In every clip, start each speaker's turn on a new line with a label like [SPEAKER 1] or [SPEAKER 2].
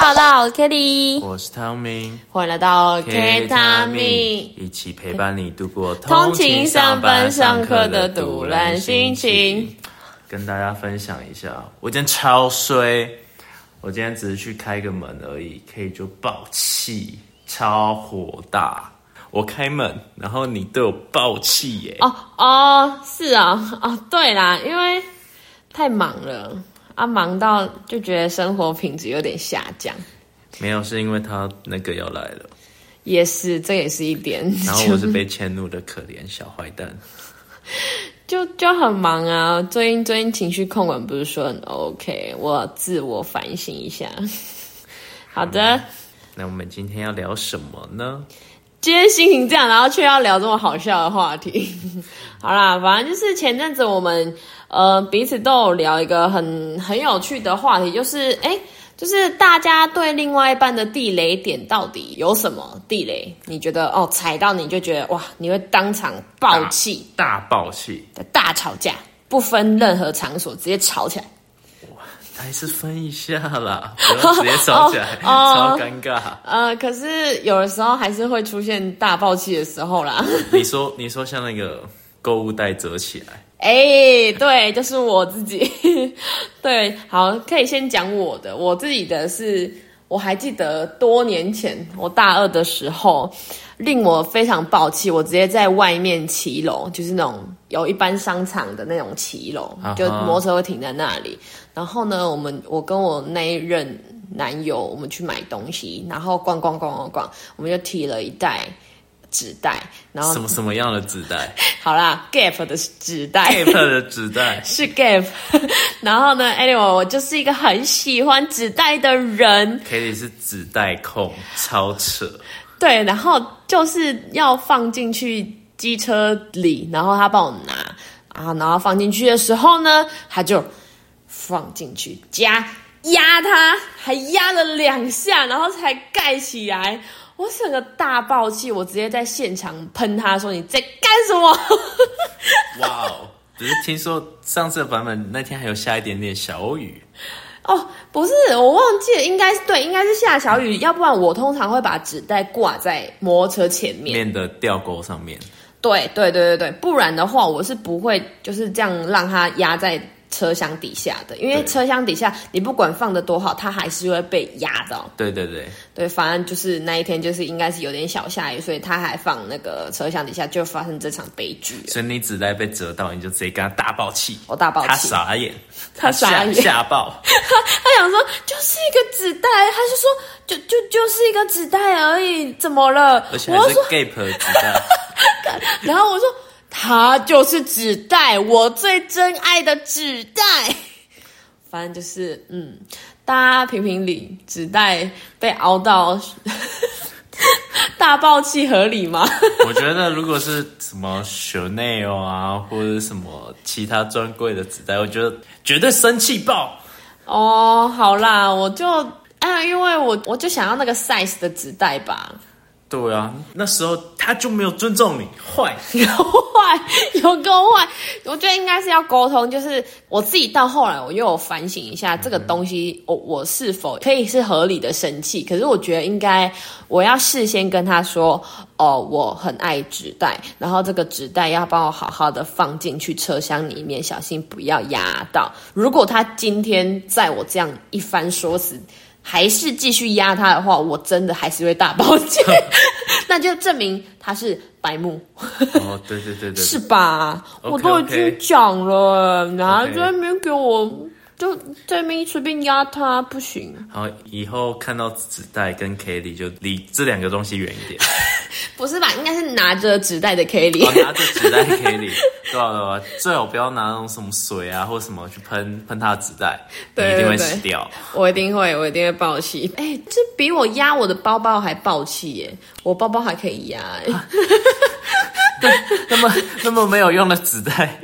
[SPEAKER 1] 报道 k i t t y
[SPEAKER 2] 我是汤明
[SPEAKER 1] 欢迎来到 K 他
[SPEAKER 2] 他
[SPEAKER 1] 命
[SPEAKER 2] 命，一起陪伴你度过
[SPEAKER 1] 通勤上班上课的
[SPEAKER 2] 堵
[SPEAKER 1] 堵然心情。
[SPEAKER 2] 跟大家分享一下，我今天超衰，我今天只是去开个门而已，K 就爆气，超火大。我开门，然后你对我爆气耶、
[SPEAKER 1] 哦哦，是啊、哦，对啦，因为太忙了啊，忙到就觉得生活品质有点下降，
[SPEAKER 2] 没有，是因为他那个要来 了，
[SPEAKER 1] 也是，这也是一点。
[SPEAKER 2] 然后我是被迁怒的可怜小坏蛋。
[SPEAKER 1] 就就很忙啊，最近最近情绪控管不是说很 OK，我自我反省一下。好的，
[SPEAKER 2] 嗯那我们今天要聊什么呢？
[SPEAKER 1] 今天心情这样，然后却要聊这么好笑的话题。 好啦，反正就是前阵子我们呃彼此都有聊一个很很有趣的话题，就是哎、诶就是大家对另外一半的地雷点到底有什么地雷？你觉得哦踩到你就觉得哇，你会当场暴气、
[SPEAKER 2] 大爆气，
[SPEAKER 1] 大吵架，不分任何场所直接吵起来。
[SPEAKER 2] 还是分一下啦，不要直接吵起来，超尴尬。
[SPEAKER 1] 呃，可是有的时候还是会出现大爆气的时候啦。
[SPEAKER 2] 你说，你说像那个购物袋折起来，
[SPEAKER 1] 哎、对，就是我自己。对，好，可以先讲我的。我自己的是，我还记得多年前我大二的时候，令我非常爆气，我直接在外面骑楼，就是那种有一般商场的那种骑楼
[SPEAKER 2] 啊哈
[SPEAKER 1] 就摩托车会停在那里。然后呢，我们我跟我那一任男友，我们去买东西，然后逛逛逛逛逛，我们就提了一袋纸袋，然后
[SPEAKER 2] 什么什么样的纸袋
[SPEAKER 1] 好啦，Gap 的纸袋。
[SPEAKER 2] ？Gap 的纸袋，
[SPEAKER 1] 是 gap，然 后呢，anyway，我就是一个很喜欢纸袋的人，
[SPEAKER 2] k a t i e 是纸袋控，超扯。
[SPEAKER 1] 对，然后就是要放进去机车里，然后他帮我拿，然后然后放进去的时候呢，他就放进去加压它，还压了两下，然后才盖起来。我整个大爆气，我直接在现场喷他说：“你在干什么？”
[SPEAKER 2] 哇哦！只是听说上次的版本那天还有下一点点小雨，
[SPEAKER 1] 哦，不是，我忘记了，应该是对，应该是下小雨，要不然我通常会把纸袋挂在摩托车前面。
[SPEAKER 2] 面的吊钩上面，
[SPEAKER 1] 对对对对对，不然的话我是不会就是这样让它压在车厢底下的，因为
[SPEAKER 2] 对
[SPEAKER 1] 车厢底下你不管放的多好，它还是会被压到。
[SPEAKER 2] 对对对，
[SPEAKER 1] 对，反正就是那一天就是应该是有点小下雨，所以它还放那个车厢底下，就发生这场悲剧了。
[SPEAKER 2] 所以你纸袋被折到，你就直接跟他大爆气，
[SPEAKER 1] 我大爆
[SPEAKER 2] 他
[SPEAKER 1] 气，
[SPEAKER 2] 傻眼，
[SPEAKER 1] 他傻
[SPEAKER 2] 吓
[SPEAKER 1] 眼
[SPEAKER 2] 吓爆，
[SPEAKER 1] 他想说就是一个纸袋，他就说就就就是一个纸袋而已，怎么了？
[SPEAKER 2] 而且
[SPEAKER 1] 我
[SPEAKER 2] 还
[SPEAKER 1] 就是说
[SPEAKER 2] Gap 的纸袋。
[SPEAKER 1] 然后我说它就是纸袋，我最珍爱的纸袋。反正就是，嗯，大家评评理，纸袋被熬到 大爆气合理吗？
[SPEAKER 2] 我觉得如果是什么 Chanel 啊，或者什么其他专柜的纸袋，我觉得绝对生气爆。
[SPEAKER 1] 哦，好啦，我就啊，因为我我就想要那个 size 的纸袋吧。
[SPEAKER 2] 对啊，那时候他就没有尊重你，坏。
[SPEAKER 1] 有坏，有够坏。我觉得应该是要沟通，就是我自己到后来，我又有反省一下这个东西，我我是否可以是合理的生气？可是我觉得应该我要事先跟他说，哦，我很爱纸袋，然后这个纸袋要帮我好好的放进去车厢里面，小心不要压到。如果他今天在我这样一番说辞。还是继续压他的话，我真的还是会大 爆气，那就证明他是白目。
[SPEAKER 2] 哦，对对对对，
[SPEAKER 1] 是吧
[SPEAKER 2] OK，
[SPEAKER 1] 我都已经讲了、然后
[SPEAKER 2] OK
[SPEAKER 1] 在那边给我就在那边随便压他，不行，
[SPEAKER 2] 好，以后看到纸袋跟 Kelly 就离这两个东西远一 点。
[SPEAKER 1] 不是吧？应该是拿着纸袋的 Kelly，、
[SPEAKER 2] 我拿着纸袋 Kelly，对啊对啊，最好不要拿那种什么水啊或什么去喷喷他的纸袋，你
[SPEAKER 1] 对
[SPEAKER 2] 一定
[SPEAKER 1] 对
[SPEAKER 2] 会
[SPEAKER 1] 对
[SPEAKER 2] 死掉。
[SPEAKER 1] 我一定会，我一定会爆气。哎、这比我压我的包包还爆气耶！我包包还可以压、哎、
[SPEAKER 2] 那么那么没有用的纸袋，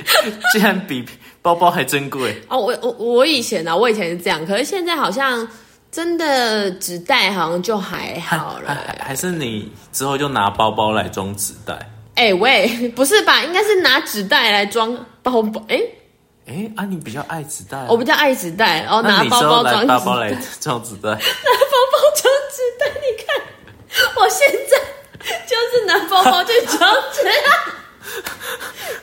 [SPEAKER 2] 竟然比包包还珍贵。
[SPEAKER 1] 哦，我我我以前呢、啊，我以前是这样，可是现在好像真的纸袋好像就还好了、
[SPEAKER 2] 啊还还还是你之后就拿包包来装纸袋？
[SPEAKER 1] 哎、喂，不是吧？应该是拿纸袋来装包包，哎、
[SPEAKER 2] 哎、啊，你比较爱纸袋啊、
[SPEAKER 1] 我比较爱纸袋，然后哦
[SPEAKER 2] 那
[SPEAKER 1] 拿
[SPEAKER 2] 你之
[SPEAKER 1] 包包
[SPEAKER 2] 后
[SPEAKER 1] 装
[SPEAKER 2] 来
[SPEAKER 1] 纸
[SPEAKER 2] 包包来装纸袋，
[SPEAKER 1] 包包现在就是拿包包去装车，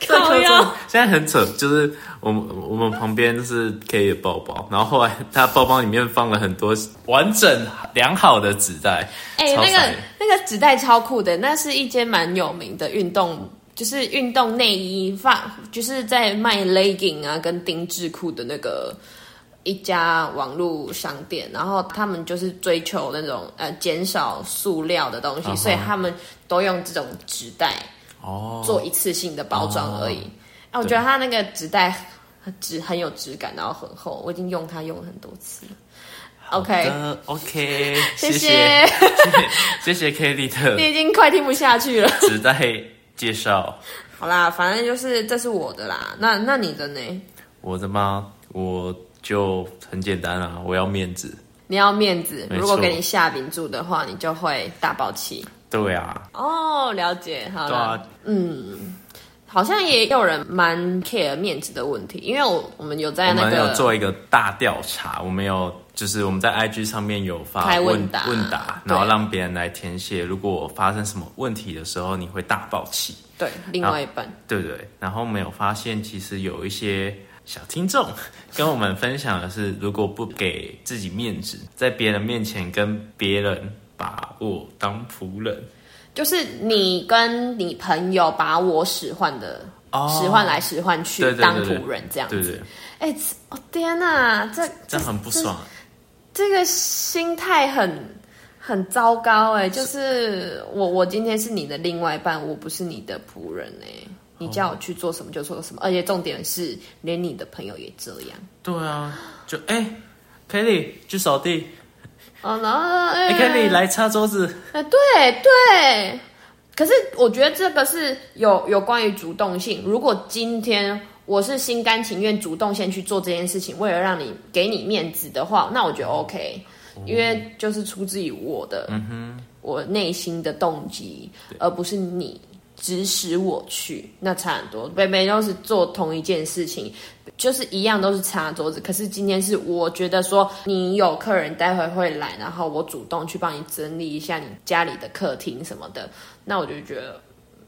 [SPEAKER 1] 靠 腰。
[SPEAKER 2] 现在很扯，就是我们我们旁边是 K 的包包，然后后来他包包里面放了很多完整良好的纸袋，
[SPEAKER 1] 哎、
[SPEAKER 2] 超
[SPEAKER 1] 那
[SPEAKER 2] 傻
[SPEAKER 1] 个
[SPEAKER 2] 眼
[SPEAKER 1] 那个纸袋超酷的，那是一间蛮有名的运动，就是运动内衣发，就是在卖 legging 啊跟丁字裤的那个一家网络商店，然后他们就是追求那种呃减少塑料的东西，
[SPEAKER 2] 啊哈
[SPEAKER 1] 所以他们都用这种纸袋
[SPEAKER 2] 哦，
[SPEAKER 1] 做一次性的包装而已。啊，我觉得它那个纸袋纸很有质感，然后很厚，我已经用它用了很多次了。OK，
[SPEAKER 2] 呃 OK，
[SPEAKER 1] 哎谢
[SPEAKER 2] 谢
[SPEAKER 1] 谢
[SPEAKER 2] 谢 谢谢 Kelly 的
[SPEAKER 1] 你已经快听不下去了。
[SPEAKER 2] 纸袋介绍。
[SPEAKER 1] 好啦，反正就是这是我的啦。那那你的呢？
[SPEAKER 2] 我的吗？我就很简单啊，我要面子。
[SPEAKER 1] 你要面子，
[SPEAKER 2] 没错
[SPEAKER 1] 如果给你下饼住的话，你就会大爆气。
[SPEAKER 2] 对啊，
[SPEAKER 1] 哦，了解，好
[SPEAKER 2] 对
[SPEAKER 1] 了。
[SPEAKER 2] 啊，
[SPEAKER 1] 好像也有人蛮 care 面子的问题，因为我我们有在
[SPEAKER 2] 我
[SPEAKER 1] 哎那
[SPEAKER 2] 们有
[SPEAKER 1] 个
[SPEAKER 2] 做一个大调查，我们有就是我们在 IG 上面有发
[SPEAKER 1] 开
[SPEAKER 2] 问
[SPEAKER 1] 问答
[SPEAKER 2] 问答，
[SPEAKER 1] 对
[SPEAKER 2] 然后让别人来填写，如果我发生什么问题的时候，你会大爆气，
[SPEAKER 1] 对另外一半，
[SPEAKER 2] 对不对？然后我们有发现，其实有一些小听众 跟我们分享的是，如果不给自己面子，在别人面前跟别人把我当仆人，
[SPEAKER 1] 就是你跟你朋友把我使唤的。
[SPEAKER 2] 哦
[SPEAKER 1] 使唤来使唤去，
[SPEAKER 2] 对对对
[SPEAKER 1] 当
[SPEAKER 2] 对
[SPEAKER 1] 仆人这样
[SPEAKER 2] 对
[SPEAKER 1] 子。
[SPEAKER 2] 不对？
[SPEAKER 1] 哎、这哦天哪，这
[SPEAKER 2] 这样很 不爽。
[SPEAKER 1] 这个心态很很糟糕哎、就是我我今天是你的另外一半，我不是你的仆人哎、你叫我去做什么就做什么，而且重点是连你的朋友也这样。
[SPEAKER 2] 对啊，就哎、k e l l y 去扫地，
[SPEAKER 1] 哦，然后
[SPEAKER 2] 哎、
[SPEAKER 1] 哎
[SPEAKER 2] k e l l y 来擦桌子，
[SPEAKER 1] 哎，对对。可是我觉得这个是有有关于主动性。如果今天我是心甘情愿主动先去做这件事情，为了让你给你面子的话，那我觉得 OK，因为就是出自于我的，我内心的动机，而不是你指使我去，那差很多。北北都是做同一件事情，就是一样都是擦桌子，可是今天是我觉得说你有客人待会会来，然后我主动去帮你整理一下你家里的客厅什么的，那我就觉得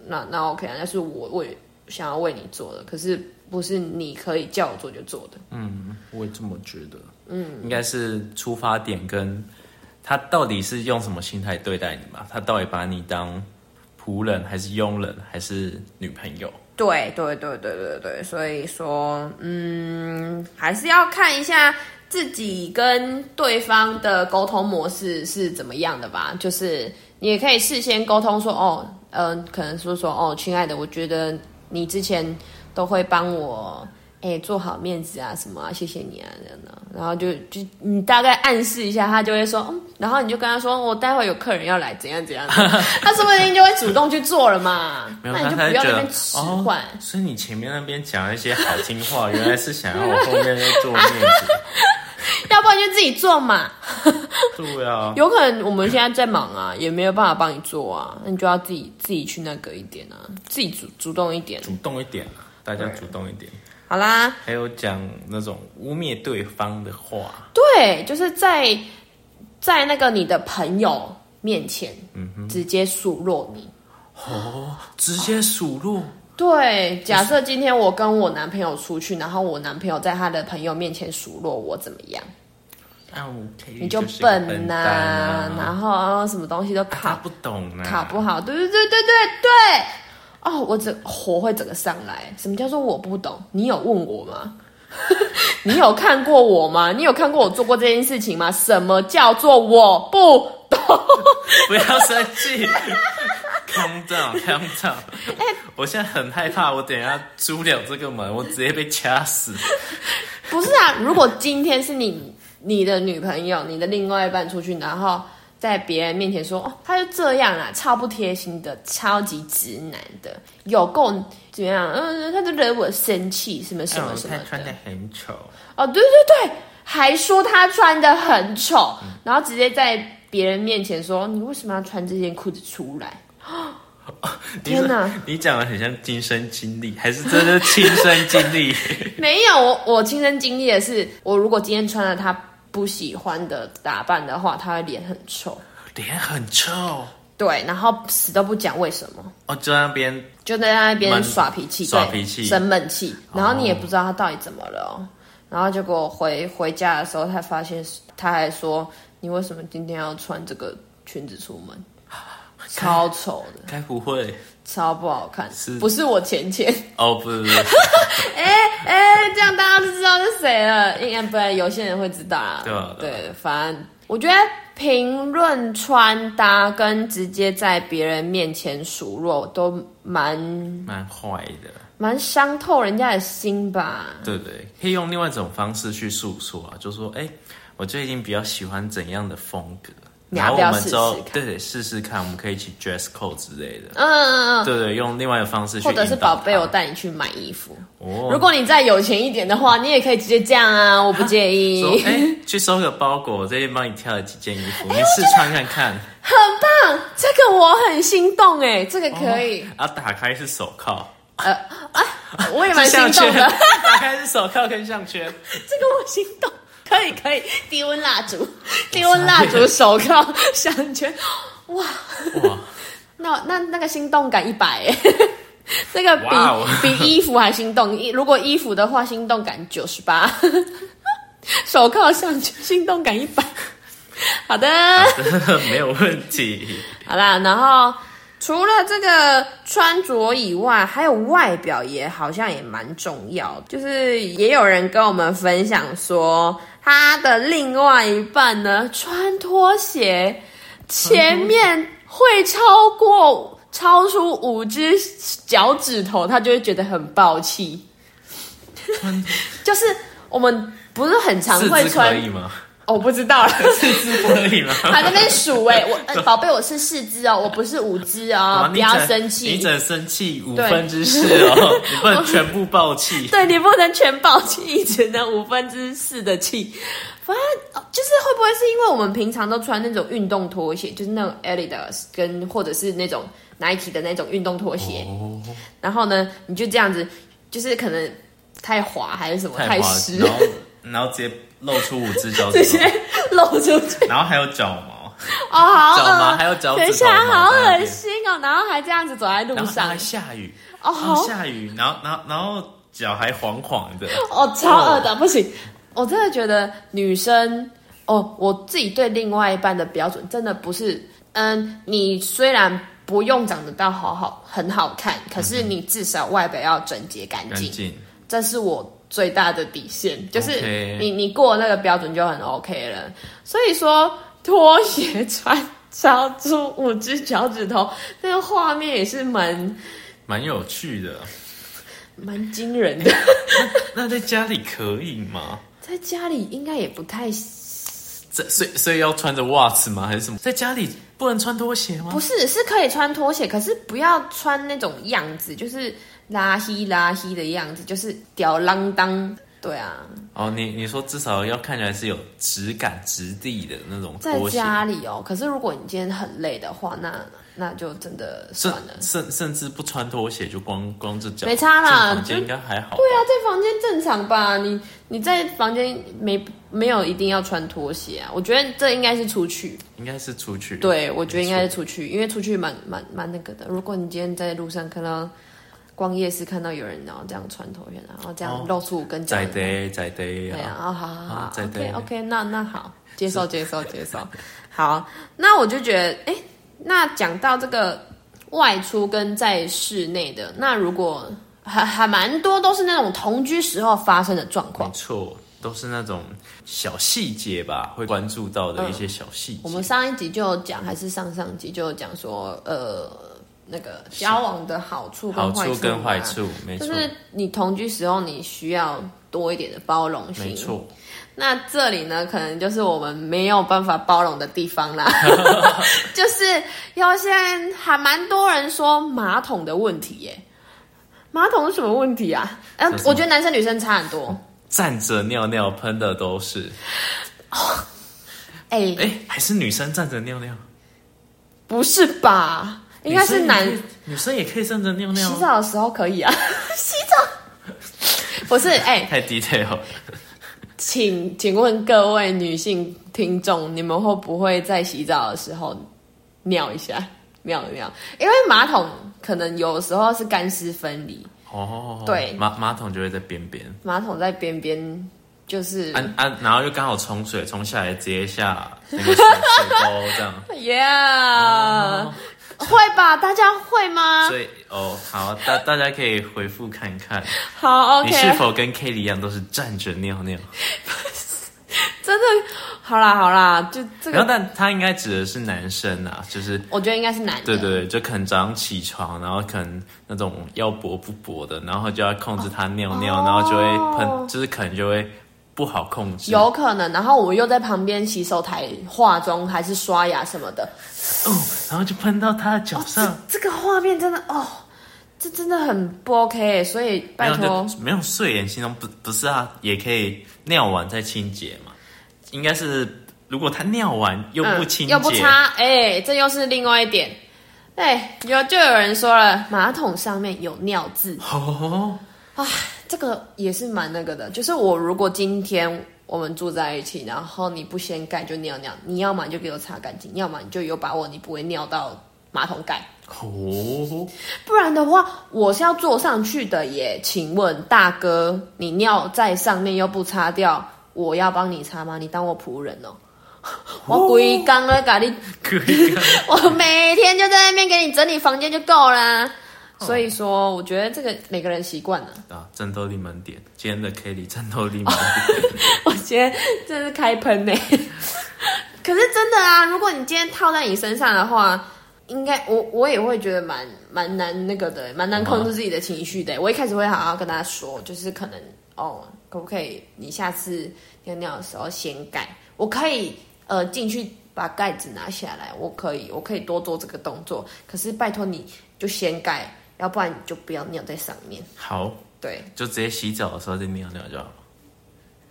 [SPEAKER 1] 那那 OK 啊，那是我为想要为你做的，可是不是你可以叫我做就做的。
[SPEAKER 2] 我也这么觉得。嗯，应该是出发点跟他到底是用什么心态对待你嘛？他到底把你当仆人，还是佣人，还是女朋友？
[SPEAKER 1] 对对对对对对，所以说，嗯，还是要看一下自己跟对方的沟通模式是怎么样的吧。就是你也可以事先沟通说，哦，嗯、可能说说，哦，亲爱的，我觉得你之前都会帮我。哎、做好面子啊，什么啊，谢谢你啊，这样的，然后就就你大概暗示一下，他就会说，嗯，然后你就跟他说，我待会有客人要来，怎样怎样， 他说不定就会主动去做了嘛，
[SPEAKER 2] 没有，
[SPEAKER 1] 那你就
[SPEAKER 2] 他
[SPEAKER 1] 不要
[SPEAKER 2] 觉
[SPEAKER 1] 在那
[SPEAKER 2] 得
[SPEAKER 1] 边使唤。
[SPEAKER 2] 哦。所以你前面那边讲一些好听话，原来是想要我后面要做 面子。
[SPEAKER 1] 要不然就自己做嘛。
[SPEAKER 2] 对啊，
[SPEAKER 1] 有可能我们现在在忙啊，也没有办法帮你做啊，那你就要自己自己去那个一点啊，自己主主动一点。
[SPEAKER 2] 主动一点啊，大家主动一点。
[SPEAKER 1] 好啦，
[SPEAKER 2] 还有讲那种污蔑对方的话。
[SPEAKER 1] 对，就是在在那个你的朋友面前，
[SPEAKER 2] 嗯
[SPEAKER 1] 直接数落你。
[SPEAKER 2] 直接数落，
[SPEAKER 1] 对，假设今天我跟我男朋友出去，然后我男朋友在他的朋友面前数落我怎么样，
[SPEAKER 2] 那我可以
[SPEAKER 1] 你
[SPEAKER 2] 啊就
[SPEAKER 1] 就是
[SPEAKER 2] 一个
[SPEAKER 1] 笨呐、
[SPEAKER 2] 蛋啊，
[SPEAKER 1] 然后、啊什么东西都
[SPEAKER 2] 他
[SPEAKER 1] 卡
[SPEAKER 2] 不懂啊，
[SPEAKER 1] 考不好，对对对对对对。哦，我整火会整个上来。什么叫做我不懂？你有问我吗？ 你有看过我吗？你有看过我做过这件事情吗？什么叫做我不懂？
[SPEAKER 2] 不要生气，calm down，calm down。我现在很害怕，我等一下出不了这个门，我直接被掐死。
[SPEAKER 1] 不是啊，如果今天是你你的女朋友、你的另外一半出去，然后在别人面前说哦，他就这样啦，超不贴心的，超级直男的，有够怎么样？嗯，他就惹我生气，什么什么
[SPEAKER 2] 嗯
[SPEAKER 1] 什么
[SPEAKER 2] 他
[SPEAKER 1] 的。
[SPEAKER 2] 穿的很丑，
[SPEAKER 1] 哦，对对对，还说他穿的很丑，然后直接在别人面前说你为什么要穿这件裤子出来？天哪
[SPEAKER 2] 你说你讲的很像亲身经历，还是真的亲身经历？
[SPEAKER 1] 没有，我我亲身经历的是，我如果今天穿了 他不喜欢的打扮的话，他会脸很臭。
[SPEAKER 2] 脸很臭，
[SPEAKER 1] 对，然后死都不讲为什么，
[SPEAKER 2] 哦，就在那边
[SPEAKER 1] 就在那边
[SPEAKER 2] 闷
[SPEAKER 1] 耍脾气，
[SPEAKER 2] 嗯耍
[SPEAKER 1] 对
[SPEAKER 2] 脾气哦
[SPEAKER 1] 生闷气，然后你也不知道他到底怎么了哦、然后结果回回家的时候，才发现他还说：“你为什么今天要穿这个裙子出门？超丑的，
[SPEAKER 2] 该不会
[SPEAKER 1] 超不好看，
[SPEAKER 2] 是
[SPEAKER 1] 不是我钱 钱？
[SPEAKER 2] 哦，不是不是，
[SPEAKER 1] 哎、这样大家就知道是谁了。应该不然有些人会知道啦。
[SPEAKER 2] 对啊对啊
[SPEAKER 1] 对，反正我觉得评论穿搭跟直接在别人面前数落都蛮
[SPEAKER 2] 蛮坏的。
[SPEAKER 1] 蛮伤透人家的心吧。
[SPEAKER 2] 对对，可以用另外一种方式去诉说啊，就说哎，我最近比较喜欢怎样的风格，
[SPEAKER 1] 你
[SPEAKER 2] 然
[SPEAKER 1] 要
[SPEAKER 2] 后
[SPEAKER 1] 不要
[SPEAKER 2] 我们
[SPEAKER 1] 试
[SPEAKER 2] 之后
[SPEAKER 1] 试看
[SPEAKER 2] 对对试试看，我们可以一起 dress code 之类的。
[SPEAKER 1] 嗯嗯嗯嗯，
[SPEAKER 2] 对对，用另外的方式去
[SPEAKER 1] 或者是
[SPEAKER 2] 引导
[SPEAKER 1] 宝贝，
[SPEAKER 2] 他
[SPEAKER 1] 我带你去买衣服。
[SPEAKER 2] 哦，
[SPEAKER 1] 如果你再有钱一点的话，你也可以直接这样 啊，我不介意。
[SPEAKER 2] 说哎、去收个包裹，我这边帮你挑了几件衣服，你 试穿看看。
[SPEAKER 1] 这个我很心动哎，这个可以，
[SPEAKER 2] 然后哦啊打开是手铐，
[SPEAKER 1] 我也蛮心
[SPEAKER 2] 项
[SPEAKER 1] 动
[SPEAKER 2] 圈，
[SPEAKER 1] 的。
[SPEAKER 2] 打开是手铐跟项圈。
[SPEAKER 1] 这个我心动，可以可以，低温蜡烛，低温蜡烛手铐项圈，哇，
[SPEAKER 2] 哇，
[SPEAKER 1] 那那那个心动感一百耶， 这个比、
[SPEAKER 2] 哇哦
[SPEAKER 1] 比衣服还心动，衣如果衣服的话，心动感九十八， 手铐项圈心动感一百，好的，
[SPEAKER 2] 没有问题。
[SPEAKER 1] 好啦，然后。除了这个穿着以外，还有外表也好像也蛮重要的。就是也有人跟我们分享说，他的另外一半呢穿拖鞋，前面会超过超出五只脚趾头，他就会觉得很暴气。 就是我们不是很常
[SPEAKER 2] 四
[SPEAKER 1] 会
[SPEAKER 2] 肢
[SPEAKER 1] 穿
[SPEAKER 2] 可，以吗？
[SPEAKER 1] 哦我不知道了。
[SPEAKER 2] 四肢可以吗？
[SPEAKER 1] 还在那边数哎、我呃宝贝、我是四只哦，我不是五只
[SPEAKER 2] 哇
[SPEAKER 1] 哦，
[SPEAKER 2] 你
[SPEAKER 1] 不要
[SPEAKER 2] 整
[SPEAKER 1] 生
[SPEAKER 2] 你
[SPEAKER 1] 气。
[SPEAKER 2] 整生气五
[SPEAKER 1] 对
[SPEAKER 2] 分之四 哦，你不能全部爆气。
[SPEAKER 1] 对你不能全抱气，只能五分之四的气。反正哦就是会不会是因为我们平常都穿那种运动拖鞋，就是那种 Adidas 跟或者是那种 Nike 的那种运动拖鞋，
[SPEAKER 2] 哦，
[SPEAKER 1] 然后呢，你就这样子，就是可能太滑还是什么
[SPEAKER 2] 太滑
[SPEAKER 1] 湿，
[SPEAKER 2] 然后然后直接露出五只脚趾
[SPEAKER 1] 直接
[SPEAKER 2] 头，
[SPEAKER 1] 露出去。
[SPEAKER 2] 然后还有脚毛，
[SPEAKER 1] 哦，好
[SPEAKER 2] 脚毛
[SPEAKER 1] 恶
[SPEAKER 2] 还有脚趾头
[SPEAKER 1] 等一下，
[SPEAKER 2] 毛
[SPEAKER 1] 好
[SPEAKER 2] 在那
[SPEAKER 1] 恶
[SPEAKER 2] 边
[SPEAKER 1] 心哦！然后还这样子走在路
[SPEAKER 2] 然后
[SPEAKER 1] 上
[SPEAKER 2] 还，下雨，
[SPEAKER 1] 哦，
[SPEAKER 2] 然后
[SPEAKER 1] 好
[SPEAKER 2] 下雨，然后然后然后脚还黄黄的，
[SPEAKER 1] 哦，超恶的，
[SPEAKER 2] 嗯
[SPEAKER 1] 不行！我真的觉得女生，哦，我自己对另外一半的标准真的不是，嗯，你虽然不用长得到好好很好看，可是你至少外表要整洁干
[SPEAKER 2] 干
[SPEAKER 1] 净，
[SPEAKER 2] 净。
[SPEAKER 1] 这是我最大的底线，就是
[SPEAKER 2] OK
[SPEAKER 1] 你你过那个标准就很 OK 了。所以说，拖鞋穿超出五只脚趾头，那个画面也是蛮
[SPEAKER 2] 蛮有趣的，
[SPEAKER 1] 蛮惊人 的。
[SPEAKER 2] 那在家里可以吗？
[SPEAKER 1] 在家里应该也不太
[SPEAKER 2] 这所以所以要穿着袜子吗？还是什么？在家里不能穿拖鞋吗
[SPEAKER 1] 不？是，是可以穿拖鞋，可是不要穿那种样子，就是拉稀拉稀的样子，就是吊郎当。对啊，
[SPEAKER 2] 哦，你你说至少要看起来是有质感、质地的那种
[SPEAKER 1] 在
[SPEAKER 2] 拖鞋，
[SPEAKER 1] 家里哦。可是如果你今天很累的话，那那就真的算
[SPEAKER 2] 甚
[SPEAKER 1] 了。
[SPEAKER 2] 甚甚至不穿拖鞋就光光着脚，
[SPEAKER 1] 没差啦
[SPEAKER 2] 进房间
[SPEAKER 1] 就
[SPEAKER 2] 应该还好吧。
[SPEAKER 1] 对啊，在房间正常吧？你你在房间没没有一定要穿拖鞋啊？我觉得这应该是出去。
[SPEAKER 2] 应该是出去。
[SPEAKER 1] 对，我觉得应该
[SPEAKER 2] 没
[SPEAKER 1] 是出去，因为出去蛮蛮蛮那个的。如果你今天在路上看到逛夜市看到有人然后这样穿头鞋，然后这样
[SPEAKER 2] 哦
[SPEAKER 1] 露出五根脚
[SPEAKER 2] 在
[SPEAKER 1] 趾头，
[SPEAKER 2] 的在的
[SPEAKER 1] 对啊，
[SPEAKER 2] 啊，
[SPEAKER 1] 哦，好好好
[SPEAKER 2] 啊再
[SPEAKER 1] ，OK
[SPEAKER 2] 对
[SPEAKER 1] OK，那那好，接受接受接受，好，那我就觉得，哎、那讲到这个外出跟在室内的，那如果还还蛮多都是那种同居时候发生的状况
[SPEAKER 2] 没，错，都是那种小细节吧，会关注到的一些小细节。
[SPEAKER 1] 嗯我们上一集就有讲，还是上上集就有讲说，呃，那个交往的好处
[SPEAKER 2] 好
[SPEAKER 1] 跟坏
[SPEAKER 2] 处
[SPEAKER 1] 处
[SPEAKER 2] 跟
[SPEAKER 1] 嘛
[SPEAKER 2] 坏，处，没
[SPEAKER 1] 就
[SPEAKER 2] 错，
[SPEAKER 1] 是你同居时候你需要多一点的包容性，
[SPEAKER 2] 没错。
[SPEAKER 1] 那这里呢，可能就是我们没有办法包容的地方 啦，就是有些人还蛮多人说马桶的问题耶。马桶是什么问题啊？哎、
[SPEAKER 2] 这是哦
[SPEAKER 1] 我觉得男生女生差很多。
[SPEAKER 2] 站着尿尿喷的都是，
[SPEAKER 1] 哎、
[SPEAKER 2] 哎、还是女生站着尿尿，
[SPEAKER 1] 不是吧？应该是男
[SPEAKER 2] 女生也可以女生也可以站着尿尿
[SPEAKER 1] 洗
[SPEAKER 2] 啊，
[SPEAKER 1] 澡的时候可以啊， 洗澡不是哎、
[SPEAKER 2] 太 detail 了。
[SPEAKER 1] 请请问各位女性听众，你们会不会在洗澡的时候尿一下？妙妙，因为马桶可能有时候是干湿分离，
[SPEAKER 2] 哦，
[SPEAKER 1] 对
[SPEAKER 2] 马马桶就会在边边，
[SPEAKER 1] 马桶在边边就是
[SPEAKER 2] 啊啊，然后就刚好冲水冲下来，直接下那个水水沟 这样。
[SPEAKER 1] ，Yeah，、
[SPEAKER 2] 哦
[SPEAKER 1] 会吧？大家会吗？
[SPEAKER 2] 所以哦，好，大大家可以回复看看，
[SPEAKER 1] 好
[SPEAKER 2] 你是
[SPEAKER 1] ，OK，
[SPEAKER 2] 否跟 K 一样都是站着尿尿？
[SPEAKER 1] 真的好啦好啦，就这
[SPEAKER 2] 然后，
[SPEAKER 1] 个，
[SPEAKER 2] 但他应该指的是男生啊，就是
[SPEAKER 1] 我觉得应该是男的，
[SPEAKER 2] 对对，对，就可能早上起床，然后可能那种要勃不勃的，然后就要控制他尿尿，
[SPEAKER 1] 哦
[SPEAKER 2] 然后就会喷，就是可能就会不好控制。
[SPEAKER 1] 有可能。然后我又在旁边洗手台化妆还是刷牙什么的，
[SPEAKER 2] 哦，然后就喷到他的脚上，
[SPEAKER 1] 这个画面真的哦，这真的很不 OK，所以拜
[SPEAKER 2] 然
[SPEAKER 1] 托
[SPEAKER 2] 后就没有睡眼惺忪，不不是啊，也可以尿完再清洁嘛。应该是如果他尿完又不清
[SPEAKER 1] 嗯
[SPEAKER 2] 洁，
[SPEAKER 1] 又不擦，哎、这又是另外一点。哎、有就有人说了，马桶上面有尿渍，啊
[SPEAKER 2] 哦，
[SPEAKER 1] 这个也是蛮那个的。就是我如果今天我们住在一起，然后你不掀盖就尿尿，你要么你就给我擦干净，要么你就有把握你不会尿到马桶盖，
[SPEAKER 2] 哦，
[SPEAKER 1] 不然的话我是要坐上去的耶。请问大哥，你尿在上面又不擦掉，我要帮你擦吗？你当我仆人哦？我规工咧甲你
[SPEAKER 2] 可以 看。
[SPEAKER 1] 我每天就在那边给你整理房间就够啦。所以说，我觉得这个每个人习惯了。
[SPEAKER 2] 啊，战斗力满点，今天的 k e l 战斗力满 点。
[SPEAKER 1] 我觉得这是开喷呢、 可是真的啊，如果你今天套在你身上的话，应该我我也会觉得蛮蛮难那个的、欸蛮难控制自己的情绪的、欸我一开始会好好跟他说，就是可能哦，可不可以你下次尿尿的时候掀盖，我可以呃进去把盖子拿下来，我可以我可以多做这个动作，可是拜托你就掀盖，要不然你就不要尿在上面。
[SPEAKER 2] 好，
[SPEAKER 1] 对，
[SPEAKER 2] 就直接洗澡的时候再尿尿就好了。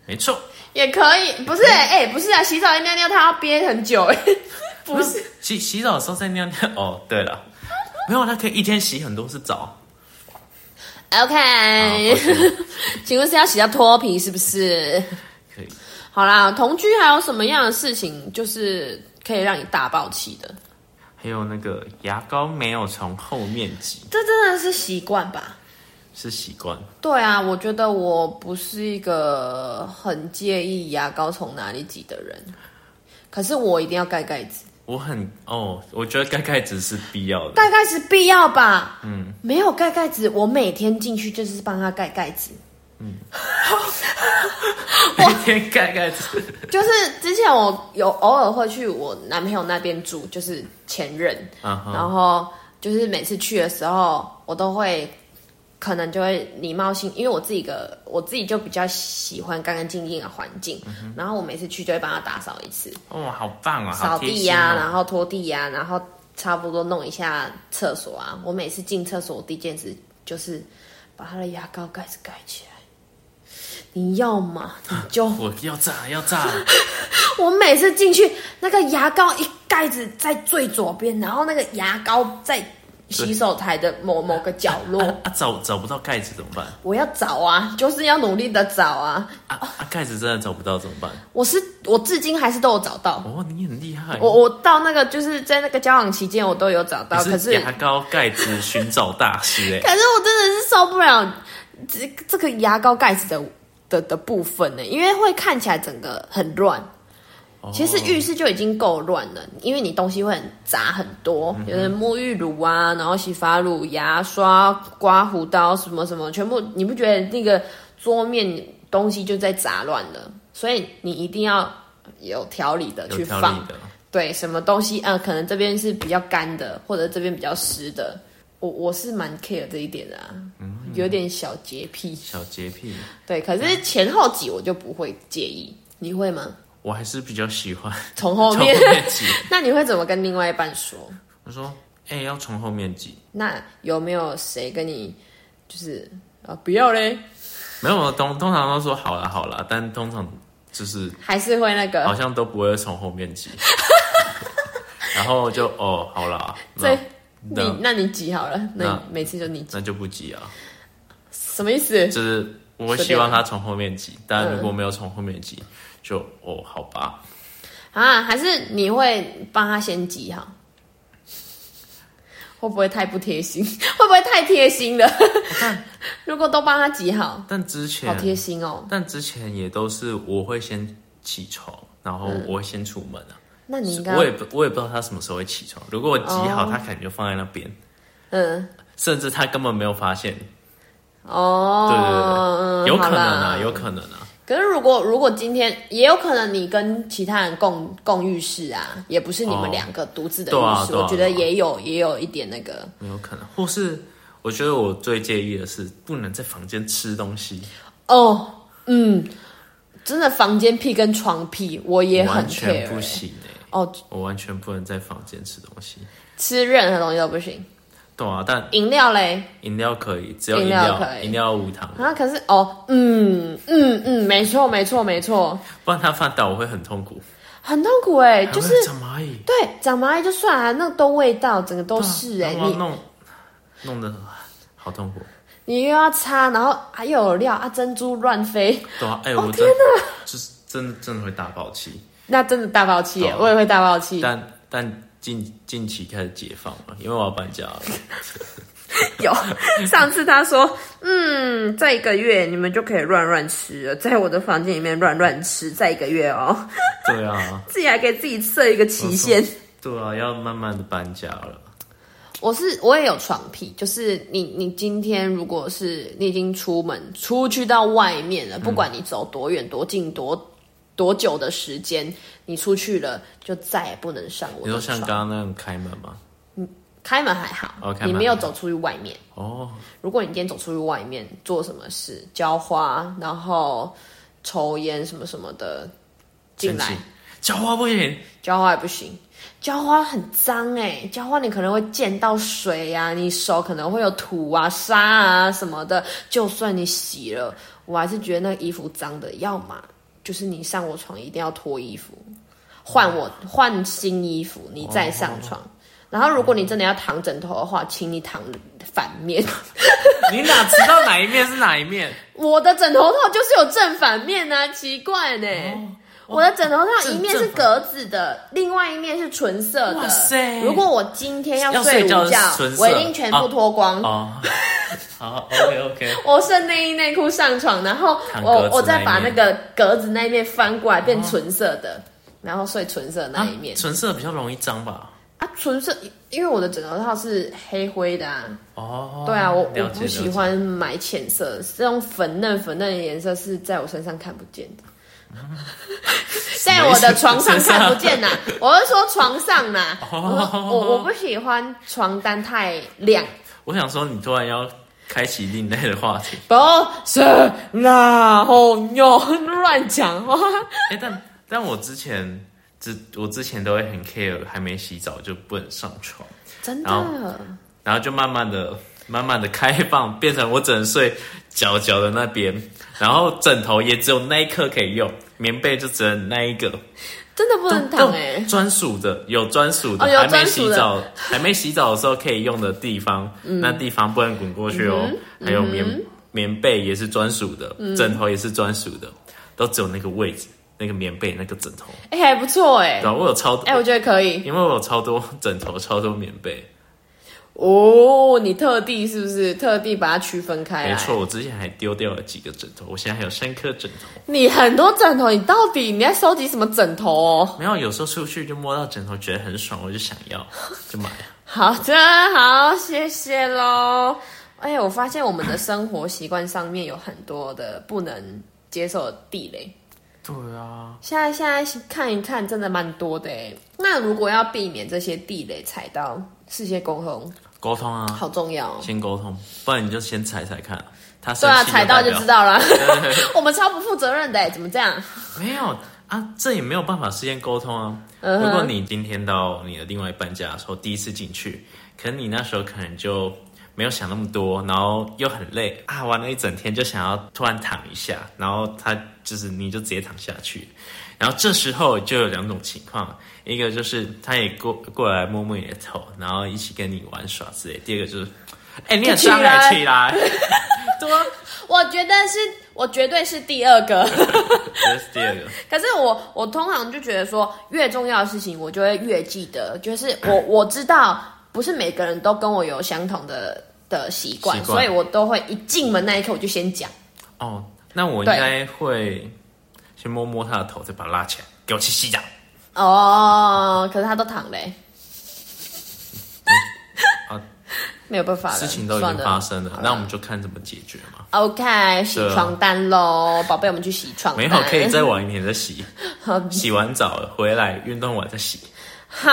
[SPEAKER 2] 没错，
[SPEAKER 1] 也可以，不是哎、不是啊，洗澡一尿尿它要憋很久哎、 不是。
[SPEAKER 2] 洗洗澡的时候再尿尿。哦，对了，没有，他可以一天洗很多次澡。
[SPEAKER 1] 嗯
[SPEAKER 2] 好
[SPEAKER 1] OK，
[SPEAKER 2] ，OK，
[SPEAKER 1] 请问是要洗到脱皮是不是？
[SPEAKER 2] 可以。
[SPEAKER 1] 好啦，同居还有什么样的事情就是可以让你大爆气的？
[SPEAKER 2] 还有那个牙膏没有从后面挤
[SPEAKER 1] 这真的是习惯吧？
[SPEAKER 2] 是习惯，
[SPEAKER 1] 对啊，我觉得我不是一个很介意牙膏从哪里挤的人，可是我一定要盖盖子，
[SPEAKER 2] 我很哦，我觉得盖盖子是必要 的。
[SPEAKER 1] 盖盖子必要吧？嗯，没有盖盖子，我每天进去就是帮他盖盖子。
[SPEAKER 2] 每天盖盖子，
[SPEAKER 1] 就是之前我有偶尔会去我男朋友那边住，就是前任，
[SPEAKER 2] 嗯哼
[SPEAKER 1] 然后就是每次去的时候，我都会可能就会礼貌性，因为我自己个我自己就比较喜欢干干净净的环境，
[SPEAKER 2] 嗯
[SPEAKER 1] 然后我每次去就会帮他打扫一次，
[SPEAKER 2] 哦，好棒啊，
[SPEAKER 1] 扫
[SPEAKER 2] 好贴
[SPEAKER 1] 地
[SPEAKER 2] 心
[SPEAKER 1] 呀、
[SPEAKER 2] 哦
[SPEAKER 1] 然后拖地呀、然后差不多弄一下厕所啊。我每次进厕所，我第一件事就是把他的牙膏盖子盖起来。你要嘛你就
[SPEAKER 2] 我要炸要炸，
[SPEAKER 1] 我每次进去，那个牙膏一盖子在最左边，然后那个牙膏在洗手台的某某个角落。
[SPEAKER 2] 啊找找不到盖子怎么办？
[SPEAKER 1] 我要找啊，就是要努力的找啊。
[SPEAKER 2] 啊啊盖子真的找不到怎么办？
[SPEAKER 1] 我是我至今还是都有找到。
[SPEAKER 2] 哦，你很厉害，
[SPEAKER 1] 我我到那个就是在那个交往期间，我都有找到，
[SPEAKER 2] 你
[SPEAKER 1] 可
[SPEAKER 2] 是
[SPEAKER 1] 是
[SPEAKER 2] 牙膏盖子寻找大师哎、
[SPEAKER 1] 可是我真的是受不了这这个牙膏盖子的的的部分呢，因为会看起来整个很乱。 其实浴室就已经够乱了，因为你东西会很杂很多，
[SPEAKER 2] 嗯
[SPEAKER 1] 就是沐浴乳啊，然后洗发乳、牙刷、刮胡刀什么什么，全部你不觉得那个桌面东西就在杂乱了？所以你一定要有条理的
[SPEAKER 2] 哦有
[SPEAKER 1] 去
[SPEAKER 2] 条
[SPEAKER 1] 放
[SPEAKER 2] 理，的，
[SPEAKER 1] 对，什么东西，呃，可能这边是比较干的，或者这边比较湿的，我我是蛮 care 这一点的啊，
[SPEAKER 2] 嗯
[SPEAKER 1] 有点小洁癖。
[SPEAKER 2] 小洁癖，
[SPEAKER 1] 对，可是前后挤我就不会介意，你会吗？
[SPEAKER 2] 我还是比较喜欢
[SPEAKER 1] 从后
[SPEAKER 2] 从后
[SPEAKER 1] 面，
[SPEAKER 2] 面挤。
[SPEAKER 1] 那你会怎么跟另外一半说？
[SPEAKER 2] 我说，哎、要从后面挤，
[SPEAKER 1] 那有没有谁跟你就是啊不要嘞，
[SPEAKER 2] 没有，通通常都说好了好了，但通常就是
[SPEAKER 1] 还是会那
[SPEAKER 2] 好
[SPEAKER 1] 个
[SPEAKER 2] 像都不会从后 面挤，然后就哦，好啦，
[SPEAKER 1] 这
[SPEAKER 2] 那
[SPEAKER 1] 你
[SPEAKER 2] 那
[SPEAKER 1] 那你挤好了，那
[SPEAKER 2] 啊那
[SPEAKER 1] 你每次就你挤，
[SPEAKER 2] 那就不挤啊。
[SPEAKER 1] 什么意思？
[SPEAKER 2] 就是我
[SPEAKER 1] 随便
[SPEAKER 2] 希望他从后面
[SPEAKER 1] 嗯
[SPEAKER 2] 挤，但如果没有从后面挤，就哦，好吧，
[SPEAKER 1] 啊，还是你会帮他先挤好？会不会太不贴心？ 会不会太贴心了？如果都帮他挤好，
[SPEAKER 2] 但之
[SPEAKER 1] 好
[SPEAKER 2] 前
[SPEAKER 1] 贴心哦。
[SPEAKER 2] 但之前也都是我会先起床，然后我会先出门啊。
[SPEAKER 1] 那你应该
[SPEAKER 2] 我也不我也不知道他什么时候会起床。如果我挤好，
[SPEAKER 1] 哦
[SPEAKER 2] 他可能就放在那边，
[SPEAKER 1] 嗯
[SPEAKER 2] 甚至他根本没有发现。对对
[SPEAKER 1] 哦，
[SPEAKER 2] 对，有可
[SPEAKER 1] 好
[SPEAKER 2] 能
[SPEAKER 1] 啦嗯
[SPEAKER 2] 啊，有可能啊。
[SPEAKER 1] 可是如果如果今天也有可能你跟其他人共共浴室啊，也不是你们
[SPEAKER 2] 哦
[SPEAKER 1] 两个独自的浴
[SPEAKER 2] 对啊
[SPEAKER 1] 室，
[SPEAKER 2] 对啊
[SPEAKER 1] 我觉得
[SPEAKER 2] 对啊
[SPEAKER 1] 也有也有一点那个
[SPEAKER 2] 没有可能，或是我觉得我最介意的是不能在房间吃东西，
[SPEAKER 1] 哦，嗯，真的房间屁跟床屁我也
[SPEAKER 2] 我
[SPEAKER 1] 很
[SPEAKER 2] 完
[SPEAKER 1] care
[SPEAKER 2] 全不
[SPEAKER 1] 欸
[SPEAKER 2] 行哎、
[SPEAKER 1] 哦，
[SPEAKER 2] 我完全不能在房间吃东西。
[SPEAKER 1] 吃任何东西都不行，
[SPEAKER 2] 对啊，但
[SPEAKER 1] 饮料嘞
[SPEAKER 2] 饮料可以，只有
[SPEAKER 1] 饮
[SPEAKER 2] 饮
[SPEAKER 1] 料
[SPEAKER 2] 料
[SPEAKER 1] 可以
[SPEAKER 2] 饮料无糖，
[SPEAKER 1] 啊，可是哦，嗯嗯嗯，没错没错没错，
[SPEAKER 2] 不然他翻倒我会很痛苦。
[SPEAKER 1] 很痛苦哎、
[SPEAKER 2] 还
[SPEAKER 1] 就
[SPEAKER 2] 会
[SPEAKER 1] 是
[SPEAKER 2] 长蚂蚁，
[SPEAKER 1] 对长蚂蚁就算了、那都味道整个都是哎、
[SPEAKER 2] 啊然后
[SPEAKER 1] 你
[SPEAKER 2] 弄弄得好痛苦。
[SPEAKER 1] 你又要擦，然后还有料啊，珍珠乱飞。
[SPEAKER 2] 对啊，哎、
[SPEAKER 1] 哦
[SPEAKER 2] 我真的就是真的真的会大爆气，
[SPEAKER 1] 那真的大爆气耶
[SPEAKER 2] 对，啊
[SPEAKER 1] 我也会大爆气。
[SPEAKER 2] 但但近近期开始解放了，因为我要搬家了。
[SPEAKER 1] 有上次他说，嗯，再一个月你们就可以乱乱吃了，在我的房间里面乱乱吃，再一个月哦，
[SPEAKER 2] 对啊，
[SPEAKER 1] 自己还给自己设一个期限。
[SPEAKER 2] 对啊，要慢慢的搬家了。
[SPEAKER 1] 我是我也有床癖，就是你你今天如果是你已经出门出去到外面
[SPEAKER 2] 嗯
[SPEAKER 1] 了，不管你走多远、多近、多多久的时间，你出去了就再也不能上我
[SPEAKER 2] 你说
[SPEAKER 1] 的
[SPEAKER 2] 像
[SPEAKER 1] 床。
[SPEAKER 2] 刚刚那样开门吗？
[SPEAKER 1] 开门还好，
[SPEAKER 2] 哦开门
[SPEAKER 1] 你没有
[SPEAKER 2] 还好
[SPEAKER 1] 走出去外面。
[SPEAKER 2] 哦，
[SPEAKER 1] 如果你今天走出去外面做什么事，浇花，然后抽烟什么什么的，进来
[SPEAKER 2] 生气，浇花不行，
[SPEAKER 1] 浇花也不行，浇花很脏哎、浇花你可能会溅到水啊，你手可能会有土啊、沙啊什么的。就算你洗了，我还是觉得那衣服脏的，要么就是你上我床一定要脱衣服，换
[SPEAKER 2] 哦
[SPEAKER 1] 我换新衣服，你再上床。然后，如果你真的要躺枕头的
[SPEAKER 2] 哦
[SPEAKER 1] 话，请你躺反面。
[SPEAKER 2] 你哪知道哪一面是哪 一面？
[SPEAKER 1] 我的枕头套就是有正反面啊，奇怪呢、
[SPEAKER 2] 哦
[SPEAKER 1] 我的枕头套一面是格子的，另外一面是纯色
[SPEAKER 2] 哇
[SPEAKER 1] 的
[SPEAKER 2] 塞。
[SPEAKER 1] 如果我今天要
[SPEAKER 2] 要
[SPEAKER 1] 睡
[SPEAKER 2] 睡
[SPEAKER 1] 午
[SPEAKER 2] 觉
[SPEAKER 1] 觉
[SPEAKER 2] 是纯，色
[SPEAKER 1] 我一定全部脱光。
[SPEAKER 2] 哦，好，OK OK，
[SPEAKER 1] 我剩内衣内裤上床，然后
[SPEAKER 2] 躺格子
[SPEAKER 1] 我我再把
[SPEAKER 2] 那
[SPEAKER 1] 那
[SPEAKER 2] 一面哦
[SPEAKER 1] 个格子那一面翻过来变纯色的，然后睡纯色那一面
[SPEAKER 2] 唇色比较容易脏吧？
[SPEAKER 1] 啊，纯色，因为我的枕头套是黑灰的啊，
[SPEAKER 2] 哦，
[SPEAKER 1] 对啊，我我
[SPEAKER 2] 了解
[SPEAKER 1] 不喜，
[SPEAKER 2] 了
[SPEAKER 1] 欢买浅色，这种粉嫩粉嫩的颜色是在我身上看不见 的，在我的床上看不见呐、我是说床上呐、我说
[SPEAKER 2] 哦
[SPEAKER 1] 我我不喜欢床单太亮，
[SPEAKER 2] 解我想说，你突然要开启另类的话 题，
[SPEAKER 1] 不是啦，哦哟，乱讲话，
[SPEAKER 2] 哎、但但我之前之我之前都会很 care，还没洗澡就不能上床，
[SPEAKER 1] 真
[SPEAKER 2] 好
[SPEAKER 1] 的。
[SPEAKER 2] 然后就慢慢的。慢慢的开放，变成我只能睡脚脚的那边，然后枕头也只有那一刻可以用，棉被就只能那一个，
[SPEAKER 1] 真的不能躺哎、
[SPEAKER 2] 都专属的有专属的，
[SPEAKER 1] 哦有
[SPEAKER 2] 还没
[SPEAKER 1] 专属
[SPEAKER 2] 洗
[SPEAKER 1] 的嗯
[SPEAKER 2] 澡还没洗澡的时候可以用的地方，那地方不能滚过去哦。还有棉、棉被也是专属的，
[SPEAKER 1] 嗯
[SPEAKER 2] 枕头也是专属的，都只有那个位置，那个棉被那个枕头。
[SPEAKER 1] 哎、还不错哎、
[SPEAKER 2] 对啊、我有超多，
[SPEAKER 1] 哎、我觉得可以
[SPEAKER 2] 因为我有超多枕头，超多棉被。
[SPEAKER 1] 哦。你特地是不是特地把它区分开来？
[SPEAKER 2] 没错，我之前还丢掉了几个枕头，我现在还有三颗枕头。
[SPEAKER 1] 你很多枕头，你到底你在收集什么枕头哦？
[SPEAKER 2] 没有，有时候出去就摸到枕头，觉得很爽，我就想要，就买了。
[SPEAKER 1] 好的，好，谢谢喽。哎、我发现我们的生活习惯上面有很多的不能接受的地雷，
[SPEAKER 2] 对啊，
[SPEAKER 1] 现在现在看一看，真的蛮多的哎。那如果要避免这些地雷踩到，事先沟通
[SPEAKER 2] 沟通啊，
[SPEAKER 1] 好重要、哦。
[SPEAKER 2] 先沟通，不然你就先踩踩看。他
[SPEAKER 1] 对
[SPEAKER 2] 生
[SPEAKER 1] 啊，
[SPEAKER 2] 气
[SPEAKER 1] 踩到
[SPEAKER 2] 代
[SPEAKER 1] 就
[SPEAKER 2] 表
[SPEAKER 1] 知道啦。 我们超不负责任的哎，怎么这样？
[SPEAKER 2] 没有啊，这也没有办法事先沟通啊。
[SPEAKER 1] 嗯哼
[SPEAKER 2] 如果你今天到你的另外一半家的时候，第一次进去，可能你那时候可能就没有想那么多，然后又很累啊，玩了一整天就想要突然躺一下，然后他就是你就直接躺下去。然后这时候就有两种情况，一个就是他也过过来摸摸你的头，然后一起跟你玩耍之类；第二个就是，哎、你很
[SPEAKER 1] 起
[SPEAKER 2] 脏
[SPEAKER 1] 来
[SPEAKER 2] 哎，起 来，
[SPEAKER 1] 多，我觉得是，我绝对是第二个。
[SPEAKER 2] 这是第二个。
[SPEAKER 1] 可是我我通常就觉得说，越重要的事情我就会越记得，就是我我知道不是每个人都跟我有相同的的习惯，
[SPEAKER 2] 习惯
[SPEAKER 1] 所以我都会一进门那一刻我就先讲。
[SPEAKER 2] 哦，那我应该会先摸摸他的头，再把他拉起来，给我去洗澡。
[SPEAKER 1] 哦，可是他都躺嘞、
[SPEAKER 2] 啊
[SPEAKER 1] 没有办法了，
[SPEAKER 2] 事情都已经
[SPEAKER 1] 算
[SPEAKER 2] 发生了，
[SPEAKER 1] 好
[SPEAKER 2] 那我们就看怎么解决嘛。
[SPEAKER 1] OK，洗
[SPEAKER 2] 对啊
[SPEAKER 1] 床单喽，宝贝，我们去洗床单。
[SPEAKER 2] 没有，可以再晚一点再洗，
[SPEAKER 1] 好
[SPEAKER 2] 洗完澡了回来运动完再洗。
[SPEAKER 1] 好，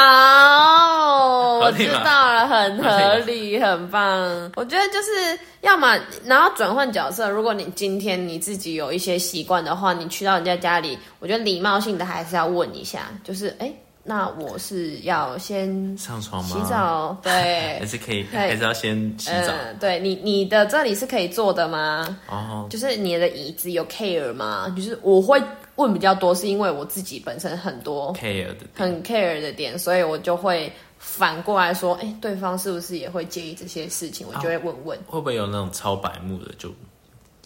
[SPEAKER 2] 合
[SPEAKER 1] 我
[SPEAKER 2] 理
[SPEAKER 1] 知
[SPEAKER 2] 吧
[SPEAKER 1] 道了，很合
[SPEAKER 2] 合
[SPEAKER 1] 理，很棒。我觉得就是要么，然后转换角色。如果你今天你自己有一些习惯的话，你去到人家家里，我觉得礼貌性的还是要问一下，就是哎，诶那我是要先
[SPEAKER 2] 上床吗？
[SPEAKER 1] 洗澡，对
[SPEAKER 2] 还，是可以，
[SPEAKER 1] 对
[SPEAKER 2] 还是要先洗澡。
[SPEAKER 1] 嗯，对你你的这里是可以坐的吗？
[SPEAKER 2] 哦，
[SPEAKER 1] 就是你的椅子有 care 吗？就是我会问比较多，是因为我自己本身很多
[SPEAKER 2] care 的点
[SPEAKER 1] 很 care 的点，所以我就会反过来说，哎、对方是不是也会介意这些事情？我就会问问。
[SPEAKER 2] 会不会有那种超白目的就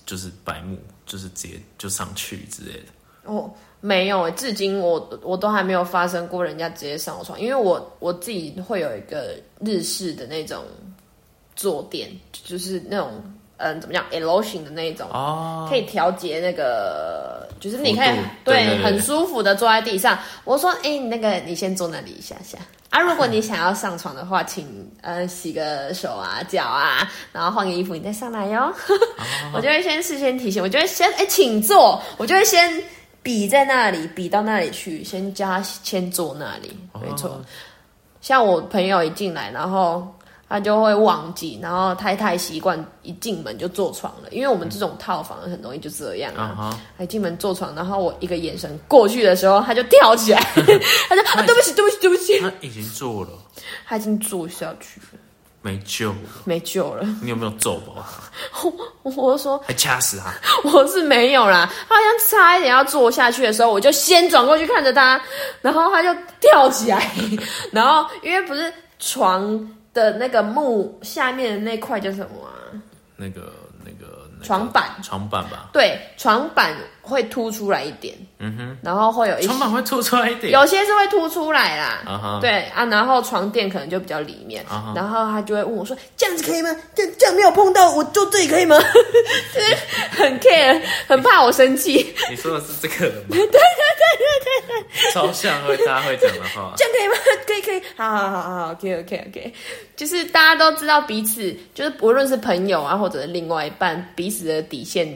[SPEAKER 2] 就是白目，就是直接就上去之类的？
[SPEAKER 1] 我、哦没有，至今我我都还没有发生过人家直接上我床，因为我我自己会有一个日式的那种坐垫，就是那种嗯怎么讲 L 型的那一种，
[SPEAKER 2] 哦，
[SPEAKER 1] 可以调节那个，就是你可以
[SPEAKER 2] 幅度
[SPEAKER 1] 对
[SPEAKER 2] 对对对
[SPEAKER 1] 很舒服的坐在地上。我说，哎、你那个你先坐那里一下下啊。如果你想要上床的话，请呃洗个手啊、脚啊，然后换个衣服，你再上来哟。
[SPEAKER 2] 哦
[SPEAKER 1] 我就会先事先提醒，我就会先哎、请坐，我就会先比在那里，比到那里去，先叫他先坐那里，没错。
[SPEAKER 2] 哦
[SPEAKER 1] 像我朋友一进来，然后他就会忘记，然后太太习惯一进门就坐床了，因为我们这种套房很容易就这样
[SPEAKER 2] 啊
[SPEAKER 1] 啊。
[SPEAKER 2] 哈，
[SPEAKER 1] 他一进门坐床，然后我一个眼神过去的时候，他就跳起来， 他就、啊、对不起，对不起，对不起，
[SPEAKER 2] 他已经做了，
[SPEAKER 1] 他已经坐下去了，
[SPEAKER 2] 没救了。
[SPEAKER 1] 没救了。
[SPEAKER 2] 你有没有揍爆他？
[SPEAKER 1] 我就说
[SPEAKER 2] 还掐死他？
[SPEAKER 1] 我是没有啦，他好像差一点要坐下去的时候，我就先转过去看着他，然后他就跳起来， 然后因为不是床的那个木下面的那块叫什么啊？
[SPEAKER 2] 那个、那个、那个
[SPEAKER 1] 床板
[SPEAKER 2] 床板吧。
[SPEAKER 1] 对，床板会凸出来一点，嗯哼，然后会有一些
[SPEAKER 2] 床板会凸出来一点。
[SPEAKER 1] 有些是会凸出来啦。
[SPEAKER 2] 啊哈，
[SPEAKER 1] 对啊，然后床垫可能就比较里面
[SPEAKER 2] 啊哈
[SPEAKER 1] 然后他就会问我说：“这样子可以吗？这这样没有碰到，我坐这里可以吗？” 就是很 care，很怕我生气，
[SPEAKER 2] 你说的是这 个人吗？对对对对对，超像会大家会讲的 话。
[SPEAKER 1] 这样可以吗？可以可以，好好好好，OK OK OK，就是大家都知道彼此，就是无论是朋友啊，或者是另外一半，彼此的底线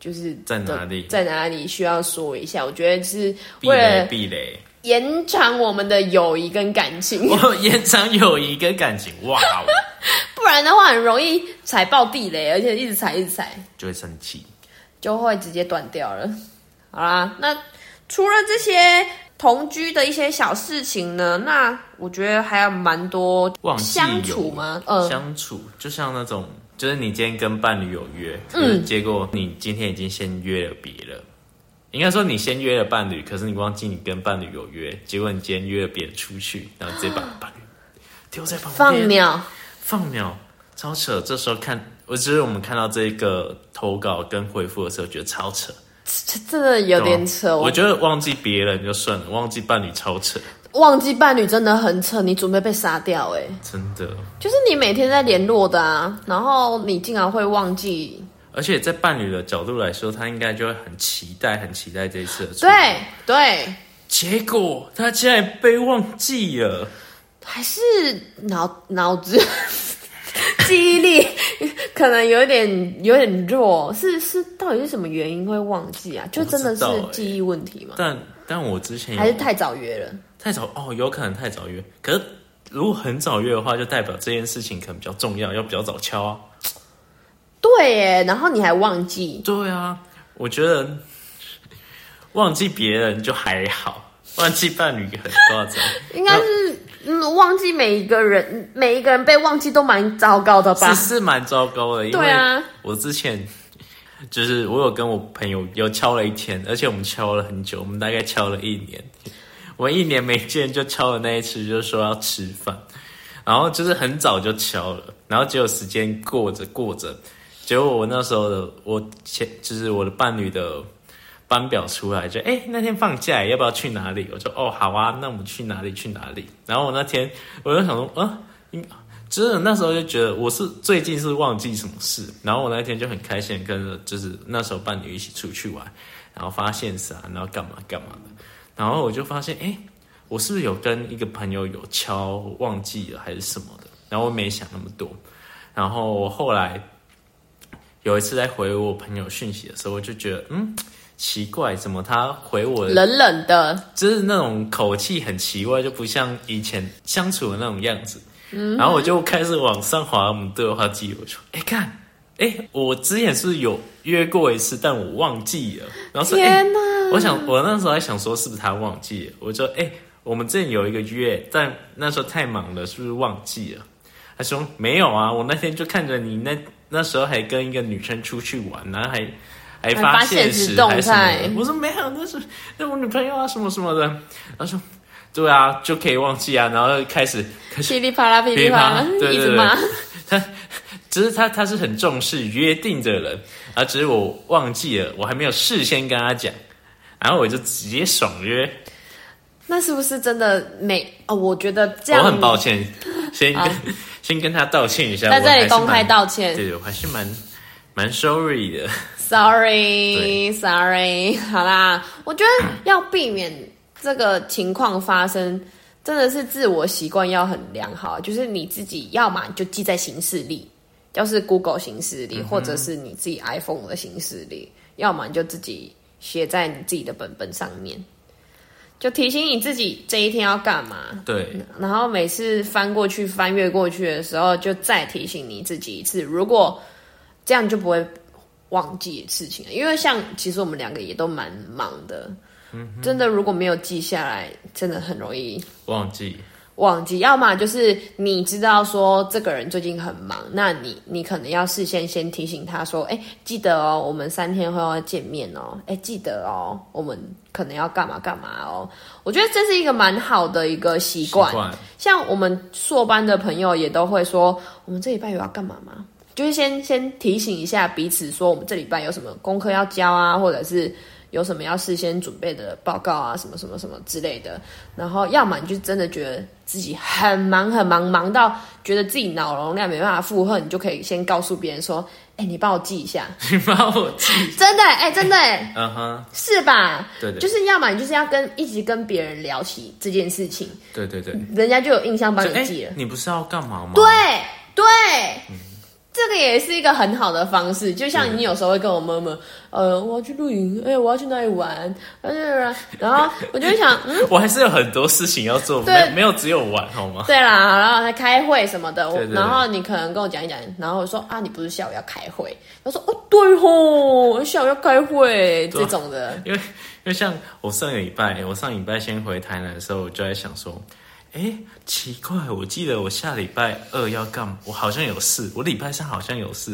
[SPEAKER 1] 就是
[SPEAKER 2] 在哪里
[SPEAKER 1] 在哪里需要说一下。我觉得是
[SPEAKER 2] 避
[SPEAKER 1] 为了
[SPEAKER 2] 雷，避雷，
[SPEAKER 1] 延长我们的友谊跟感情，
[SPEAKER 2] 我延长友谊跟感情，哇哦，
[SPEAKER 1] 不然的话很容易踩爆地雷，而且一直踩一直踩，
[SPEAKER 2] 就会生气。
[SPEAKER 1] 就会直接断掉了。好啦，那除了这些同居的一些小事情呢，那我觉得还有蛮多
[SPEAKER 2] 忘记
[SPEAKER 1] 相
[SPEAKER 2] 有
[SPEAKER 1] 处吗？嗯、
[SPEAKER 2] 相处就像那种，就是你今天跟伴侣有约，嗯，结果你今天已经先约了别人，应该说你先约了伴侣，可是你忘记你跟伴侣有约，结果你今天约了别人出去，然后直接把伴侣丢在旁边，
[SPEAKER 1] 放鸟。
[SPEAKER 2] 放鸟，超扯。这时候看，我只是我们看到这个投稿跟回复的时候，觉得超扯，啊
[SPEAKER 1] 这真的有点扯，
[SPEAKER 2] 我
[SPEAKER 1] 我
[SPEAKER 2] 觉得忘记别人就算了，忘记伴侣超扯，
[SPEAKER 1] 忘记伴侣真的很扯，你准备被杀掉哎、
[SPEAKER 2] 真的。
[SPEAKER 1] 就是你每天在联络的啊，然后你竟然会忘记，
[SPEAKER 2] 而且在伴侣的角度来说，他应该就会很期待，很期待这一次的出
[SPEAKER 1] 对
[SPEAKER 2] 门。
[SPEAKER 1] 对，
[SPEAKER 2] 结果他竟然被忘记了，
[SPEAKER 1] 还是脑脑子记忆力可能有点有点弱，是是到底是什么原因会忘记啊？就真的是
[SPEAKER 2] 我不知道欸
[SPEAKER 1] 记忆问题吗？
[SPEAKER 2] 但但我之前有
[SPEAKER 1] 还是太早约了？
[SPEAKER 2] 太早哦，有可能太早约。可是如果很早约的话，就代表这件事情可能比较重要，要比较早敲啊。
[SPEAKER 1] 对耶，然后你还忘记，
[SPEAKER 2] 对啊，我觉得忘记别人就还好，忘记伴侣很夸张，
[SPEAKER 1] 应该是嗯忘记每一个人，每一个人被忘记都蛮糟糕的吧
[SPEAKER 2] 是？是蛮糟糕的。因
[SPEAKER 1] 对
[SPEAKER 2] 为
[SPEAKER 1] 啊
[SPEAKER 2] 我之前就是我有跟我朋友有敲了一天，而且我们敲了很久，我们大概敲了一年，我们一年没见就敲了那一次，就说要啊吃饭，然后就是很早就敲了，然后结果时间过着过着，结果我那时候的我前就是我的伴侣的。班表出来就哎、诶那天放假要不要去哪里？我就哦好啊，那我们去哪里去哪里？然后我那天我就想说，啊，因就是那时候就觉得我是最近是忘记什么事，然后我那天就很开心地跟着就是那时候伴侣一起出去玩，然后发现啥，然后干嘛干嘛的，然后我就发现哎、诶我是不是有跟一个朋友有敲忘记了还是什么的，然后我没想那么多，然后我后来有一次在回我朋友讯息的时候，我就觉得嗯奇怪，怎么他回我的
[SPEAKER 1] 冷冷的，
[SPEAKER 2] 就是那种口气很奇怪，就不像以前相处的那种样子。然后我就开始往上滑我们对话记录，我说：“哎、看，哎、我之前是不是有约过一次，但我忘记了。”然后说：“哎、
[SPEAKER 1] 天哪！
[SPEAKER 2] 我想我那时候还想说是不是他忘记了？我就哎、我们之前有一个约，但那时候太忙了，是不是忘记了？”他说：“没有啊，我那天就看着你那那时候还跟一个女生出去玩，然后还
[SPEAKER 1] 还
[SPEAKER 2] 还
[SPEAKER 1] 发
[SPEAKER 2] 发
[SPEAKER 1] 现
[SPEAKER 2] 现
[SPEAKER 1] 实
[SPEAKER 2] 实
[SPEAKER 1] 动
[SPEAKER 2] 还是什么的
[SPEAKER 1] 态
[SPEAKER 2] 我说：“没有，那是那我女朋友啊，什么什么的。”他说：“对啊，就可以忘记啊。”然后开始开始
[SPEAKER 1] 噼里啪啦，噼里啪啦
[SPEAKER 2] 噼里啪啦，对
[SPEAKER 1] 一直
[SPEAKER 2] 对对
[SPEAKER 1] 骂。
[SPEAKER 2] 只是他他是很重视约定的人，啊，只是我忘记了，我还没有事先跟他讲，然后我就直接爽约，
[SPEAKER 1] 那是不是真的没？哦，我觉得这
[SPEAKER 2] 我
[SPEAKER 1] 样，啊
[SPEAKER 2] 很抱 歉，先跟、先跟他道歉一下，
[SPEAKER 1] 在这里
[SPEAKER 2] 我还是蛮
[SPEAKER 1] 公开道歉
[SPEAKER 2] 对，我还是蛮蛮 sorry 的， 对
[SPEAKER 1] Sorry，Sorry，好 啦，我觉得要避免这个情况发生，真的是自我习惯要很良好，就是你自己要么你就记在行事历，要是 Google 行事历，或者是你自己 iPhone 的行事历，要么你就自己写在你自己的本本上面，就提醒你自己这一天要干嘛。
[SPEAKER 2] 对，
[SPEAKER 1] 然后每次翻过去、翻阅过去的时候，就再提醒你自己一次。如果这样，就不会忘记事情了。因为像其实我们两个也都蛮忙的，真的如果没有记下来，真的很容易
[SPEAKER 2] 忘记，
[SPEAKER 1] 忘记。要么就是你知道说这个人最近很忙，那你你可能要事先先提醒他说，哎，记得哦，我们三天后要见面哦，哎，记得哦，我们可能要干嘛干嘛哦。我觉得这是一个蛮好的一个习惯
[SPEAKER 2] 习。惯
[SPEAKER 1] 像我们硕班的朋友也都会说，我们这礼拜有要干嘛吗？就是先先提醒一下彼此，说我们这礼拜有什么功课要交啊，或者是有什么要事先准备的报告啊，什么什么什么之类的。然后，要么你就真的觉得自己很忙很忙，忙到觉得自己脑容量没办法负荷，你就可以先告诉别人说：“哎、你帮我记一下。
[SPEAKER 2] 你把我记，”
[SPEAKER 1] 真的、哎、真的、哎
[SPEAKER 2] 嗯哼，
[SPEAKER 1] 是吧？
[SPEAKER 2] 对对
[SPEAKER 1] 就是要么你就是要跟一直跟别人聊起这件事情，
[SPEAKER 2] 对对对，
[SPEAKER 1] 人家就有印象帮
[SPEAKER 2] 就哎
[SPEAKER 1] 你记了。
[SPEAKER 2] 你不是要干嘛吗？
[SPEAKER 1] 对对，这个也是一个很好的方式。就像你有时候会跟我 妈妈，呃，我要去露营，哎、我要去哪里玩，呃然后我就会想，嗯，
[SPEAKER 2] 我还是有很多事情要做，
[SPEAKER 1] 对
[SPEAKER 2] 没没有只有玩好吗？
[SPEAKER 1] 对啦，然后还开会什么的，我
[SPEAKER 2] 对对对
[SPEAKER 1] 然后你可能跟我讲一讲，然后我说啊，你不是下午要开会？他说哦，对吼，下午要开会
[SPEAKER 2] 啊
[SPEAKER 1] 这种的，
[SPEAKER 2] 因为因为像我上个礼拜，我上礼拜先回台南的时候，我就在想说，哎，奇怪，我记得我下礼拜二要干嘛，我好像有事，我礼拜三好像有事，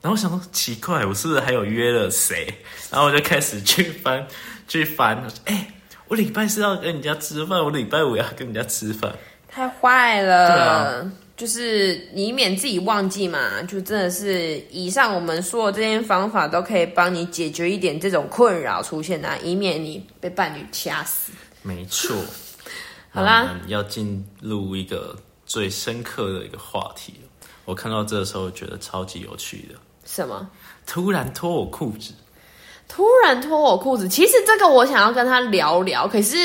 [SPEAKER 2] 然后我想说奇怪，我是不是还有约了谁？然后我就开始去翻去翻，我说哎，我礼拜四要跟人家吃饭，我礼拜五要跟人家吃饭，
[SPEAKER 1] 太坏了。
[SPEAKER 2] 对啊
[SPEAKER 1] 就是以免自己忘记嘛，就真的是以上我们说的这些方法都可以帮你解决一点这种困扰出现啊，以免你被伴侣掐死。
[SPEAKER 2] 没错。
[SPEAKER 1] 好啦
[SPEAKER 2] 那我们要进入一个最深刻的一个话题了。我看到这的时候觉得超级有趣的，
[SPEAKER 1] 什么？
[SPEAKER 2] 突然脱我裤子，
[SPEAKER 1] 突然脱我裤子，其实这个我想要跟他聊聊，可是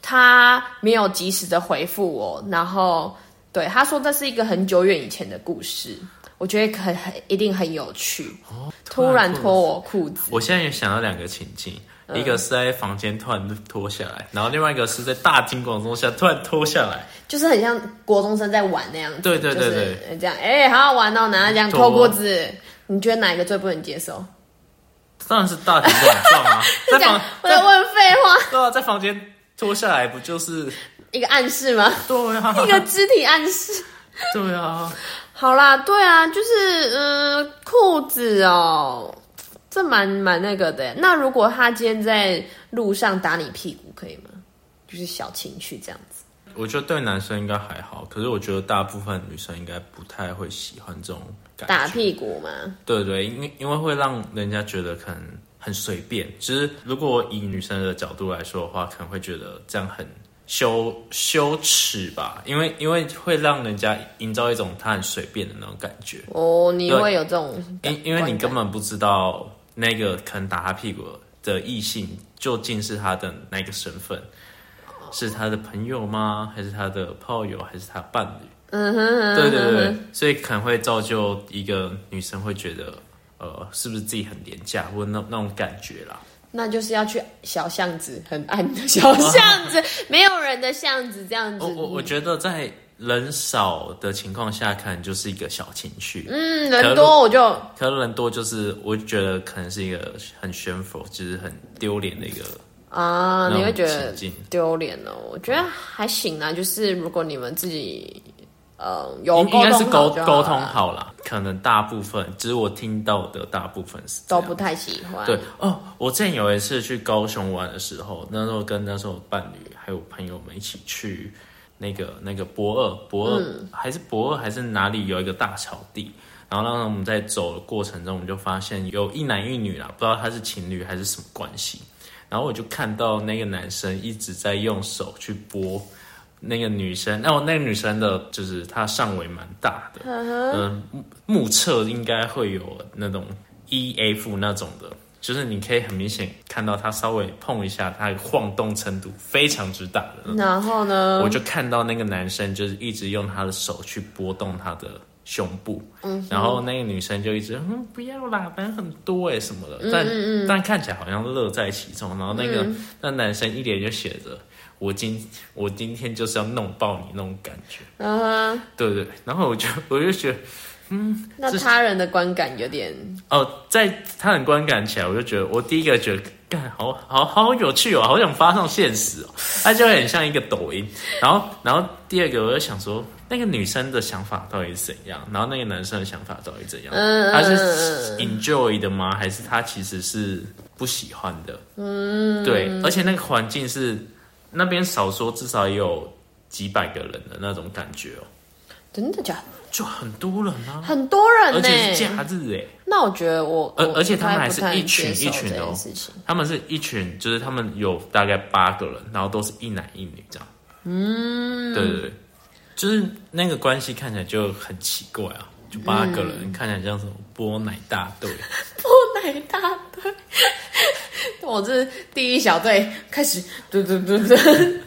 [SPEAKER 1] 他没有及时的回复我，然后对他说这是一个很久远以前的故事，我觉得很很一定很有趣。哦突然脱我裤子，
[SPEAKER 2] 我现在也想到两个情境，
[SPEAKER 1] 嗯
[SPEAKER 2] 一个是在房间突然脱下来，然后另外一个是在大庭广众下突然脱下 来，
[SPEAKER 1] 就是很像国中生在玩那样子，
[SPEAKER 2] 对对对啊
[SPEAKER 1] 就是这样，哎、好好玩哦，然后这样
[SPEAKER 2] 脱
[SPEAKER 1] 脱裤子，你觉得哪一个最不能接受？
[SPEAKER 2] 当然是大庭广众 啊，在
[SPEAKER 1] 这样
[SPEAKER 2] 房
[SPEAKER 1] 我在
[SPEAKER 2] 在
[SPEAKER 1] 问废话，
[SPEAKER 2] 对啊，在房间脱下来不就是
[SPEAKER 1] 一个暗示 吗？
[SPEAKER 2] 对 啊，
[SPEAKER 1] 一个肢体暗示。
[SPEAKER 2] 对啊，
[SPEAKER 1] 好啦，对啊，就是呃，裤子哦，这蛮蛮那个的。那如果他今天在路上打你屁股，可以吗？就是小情绪这样子。
[SPEAKER 2] 我觉得对男生应该还好，可是我觉得大部分女生应该不太会喜欢这种感觉。
[SPEAKER 1] 打屁股嘛，
[SPEAKER 2] 对对，因为因为会让人家觉得可能很随便。其实如果以女生的角度来说的话，可能会觉得这样很羞羞耻吧，因为因为会让人家营造一种他很随便的那种感觉，
[SPEAKER 1] 哦，你
[SPEAKER 2] 对
[SPEAKER 1] 会有这种感
[SPEAKER 2] 因因为你
[SPEAKER 1] 观感
[SPEAKER 2] 根本不知道那个可能打他屁股的异性究竟是他的哪个身份，是他的朋友吗？还是他的炮友？还是他伴侣？
[SPEAKER 1] 嗯哼嗯哼，
[SPEAKER 2] 对对对，所以可能会造就一个女生会觉得，呃，是不是自己很廉价，或那那种感觉啦。
[SPEAKER 1] 那就是要去小巷子，很暗的小巷子，没有人的巷子，这样子。
[SPEAKER 2] 我我我觉得在人少的情况下，可能就是一个小情绪。
[SPEAKER 1] 嗯，
[SPEAKER 2] 可
[SPEAKER 1] 人
[SPEAKER 2] 是
[SPEAKER 1] 多我就
[SPEAKER 2] 可能人多就是，我觉得可能是一个很悬浮，就是很丢脸的一个
[SPEAKER 1] 啊，
[SPEAKER 2] 那
[SPEAKER 1] 你会
[SPEAKER 2] 种
[SPEAKER 1] 觉得
[SPEAKER 2] 情境。
[SPEAKER 1] 丢脸哦。我觉得还行啊，就是如果你们自己呃有
[SPEAKER 2] 应应
[SPEAKER 1] 沟
[SPEAKER 2] 该是
[SPEAKER 1] 通好
[SPEAKER 2] 沟
[SPEAKER 1] 就好
[SPEAKER 2] 沟通
[SPEAKER 1] 了
[SPEAKER 2] 好啦，可能大部分，只是我听到的大部分是这
[SPEAKER 1] 都
[SPEAKER 2] 样
[SPEAKER 1] 不太喜欢。
[SPEAKER 2] 对哦。我之前有一次去高雄玩的时候，那时候跟那时候伴侣还有朋友们一起去那个那个博二博二、
[SPEAKER 1] 嗯
[SPEAKER 2] 还是博二还是哪里有一个大草地，然后当时我们在走的过程中，我们就发现有一男一女啦，不知道他是情侣还是什么关系。然后我就看到那个男生一直在用手去拨那个女生，哦那我那个女生的就是她上围蛮大的，嗯、目目测应该会有那种 E F 那种的，就是你可以很明显看到她稍微碰一下，她晃动程度非常之大的。
[SPEAKER 1] 然后呢
[SPEAKER 2] 我，就看到那个男生就是一直用他的手去拨动她的胸部，然后那个女生就一直嗯不要啦，反正很多哎、什么的，但但看起来好像乐在其中。然后那个、那男生一脸就写着我今我今天就是要弄爆你那种感觉，
[SPEAKER 1] 嗯哼，
[SPEAKER 2] 对不对？然后我就我就觉得
[SPEAKER 1] 那他人的观感有点
[SPEAKER 2] 哦，在他很观感起来，我就觉得我第一个觉得。干，好好好有趣哦，好想发上现实哦，它就很像一个抖音。然后，然后第二个我就想说，那个女生的想法到底是怎样？然后那个男生的想法到底怎样？
[SPEAKER 1] 嗯
[SPEAKER 2] 他
[SPEAKER 1] 嗯
[SPEAKER 2] 是 enjoy 的吗？还是他其实是不喜欢的？嗯，对。而且那个环境是那边少说至少也有几百个人的那种感觉哦，
[SPEAKER 1] 真的假的？
[SPEAKER 2] 就很多人啊，
[SPEAKER 1] 很多人
[SPEAKER 2] 而
[SPEAKER 1] 呢、
[SPEAKER 2] 且是假日哎、
[SPEAKER 1] 那我觉得我，
[SPEAKER 2] 而
[SPEAKER 1] 我
[SPEAKER 2] 而且他们
[SPEAKER 1] 应该
[SPEAKER 2] 还
[SPEAKER 1] 不
[SPEAKER 2] 是
[SPEAKER 1] 太
[SPEAKER 2] 一群
[SPEAKER 1] 能接受
[SPEAKER 2] 一群的
[SPEAKER 1] 这件
[SPEAKER 2] 哦
[SPEAKER 1] 事情。
[SPEAKER 2] 他们是一群，就是他们有大概八个人，然后都是一男一女这样。嗯，对对对，就是那个关系看起来就很奇怪啊，就八个人、看起来像什么波奶大队，
[SPEAKER 1] 不奶大队，我这第一小队开始，嘟嘟嘟嘟，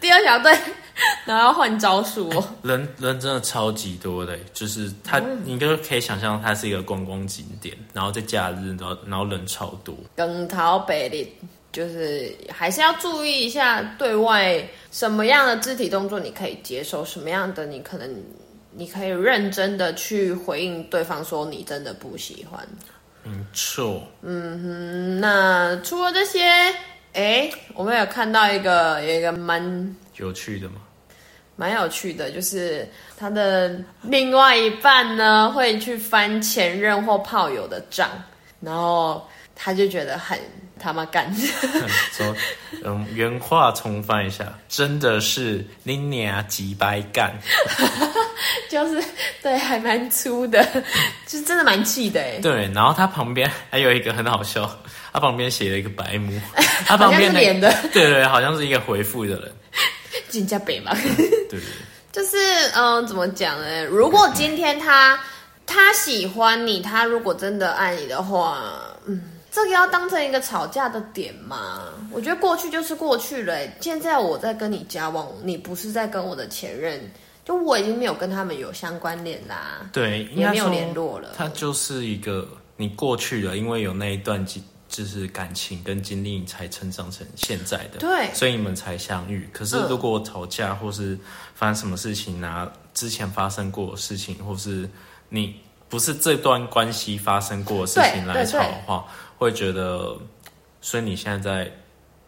[SPEAKER 1] 第二小队， 然后要换招数哦。
[SPEAKER 2] 人人真的超级多的，就是它，你就可以想象它是一个观光景点，然后在假日，然后然后人超多，
[SPEAKER 1] 跟逃北里就是还是要注意一下对外什么样的肢体动作你可以接受，什么样的你可能你可以认真的去回应对方说你真的不喜欢。
[SPEAKER 2] 很臭。
[SPEAKER 1] 嗯那除了这些，诶，我们有看到一个有一个蛮
[SPEAKER 2] 有趣的吗？
[SPEAKER 1] 蛮有趣的，就是他的另外一半呢会去翻前任或炮友的账，然后他就觉得很他妈干，
[SPEAKER 2] 说，嗯，原话重翻一下，真的是你娘几百干。
[SPEAKER 1] 就是对，还蛮粗的，就是真的蛮气的哎。
[SPEAKER 2] 对，然后他旁边还有一个很好笑，他旁边写了一个 白目，他
[SPEAKER 1] 好
[SPEAKER 2] 旁
[SPEAKER 1] 像是
[SPEAKER 2] 边
[SPEAKER 1] 脸的
[SPEAKER 2] 对对对，好像是一个回复的人，
[SPEAKER 1] 进家北嘛，
[SPEAKER 2] 对对对
[SPEAKER 1] 就是嗯、怎么讲呢？如果今天他他喜欢你，他如果真的爱你的话，嗯，这个要当成一个吵架的点吗？我觉得过去就是过去了、欸现在我在跟你交往，你不是在跟我的前任，就我已经没有跟他们有相关联啦。
[SPEAKER 2] 对，应
[SPEAKER 1] 也
[SPEAKER 2] 该
[SPEAKER 1] 没有
[SPEAKER 2] 说
[SPEAKER 1] 联络了
[SPEAKER 2] 他就是一个你过去了，因为有那一段经就是感情跟经历，你才成长成现在的，
[SPEAKER 1] 对
[SPEAKER 2] 所以你们才相遇。可是
[SPEAKER 1] 嗯
[SPEAKER 2] 如果吵架或是发生什么事情啊，之前发生过的事情，或是你不是这段关系发生过的事情
[SPEAKER 1] 对
[SPEAKER 2] 来
[SPEAKER 1] 对
[SPEAKER 2] 吵的话，会觉得，所以你现在在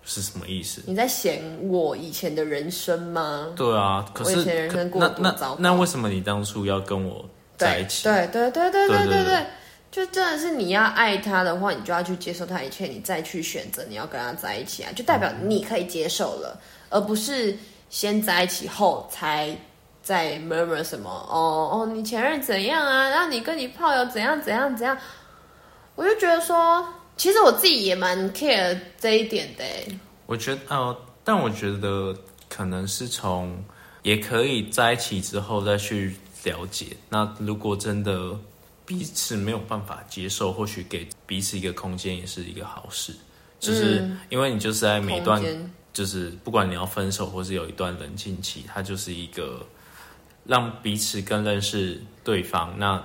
[SPEAKER 2] 是什么意思？
[SPEAKER 1] 你在嫌我以前的人生吗？
[SPEAKER 2] 对啊，可
[SPEAKER 1] 我
[SPEAKER 2] 是
[SPEAKER 1] 以前人
[SPEAKER 2] 可
[SPEAKER 1] 生过
[SPEAKER 2] 那
[SPEAKER 1] 得多糟
[SPEAKER 2] 那
[SPEAKER 1] 糕
[SPEAKER 2] 那为什么你当初要跟我在
[SPEAKER 1] 对
[SPEAKER 2] 一起？
[SPEAKER 1] 对对对对对
[SPEAKER 2] 对对
[SPEAKER 1] 对对，就真的是你要爱他的话，你就要去接受他一切，你再去选择你要跟他在一起啊，就代表你可以接受了，而不是先在一起后才。在 murmur 什么哦哦，你前任怎样啊？然后你跟你炮友怎样怎样怎样？我就觉得说，其实我自己也蛮 care 这一点的欸、
[SPEAKER 2] 我觉得，呃，但我觉得可能是从也可以在一起之后再去了解。那如果真的彼此没有办法接受，或许给彼此一个空间也是一个好事。就是因为你就是在每一
[SPEAKER 1] 嗯
[SPEAKER 2] 段
[SPEAKER 1] 空间，
[SPEAKER 2] 就是不管你要分手或是有一段冷静期，它就是一个让彼此更认识对方。那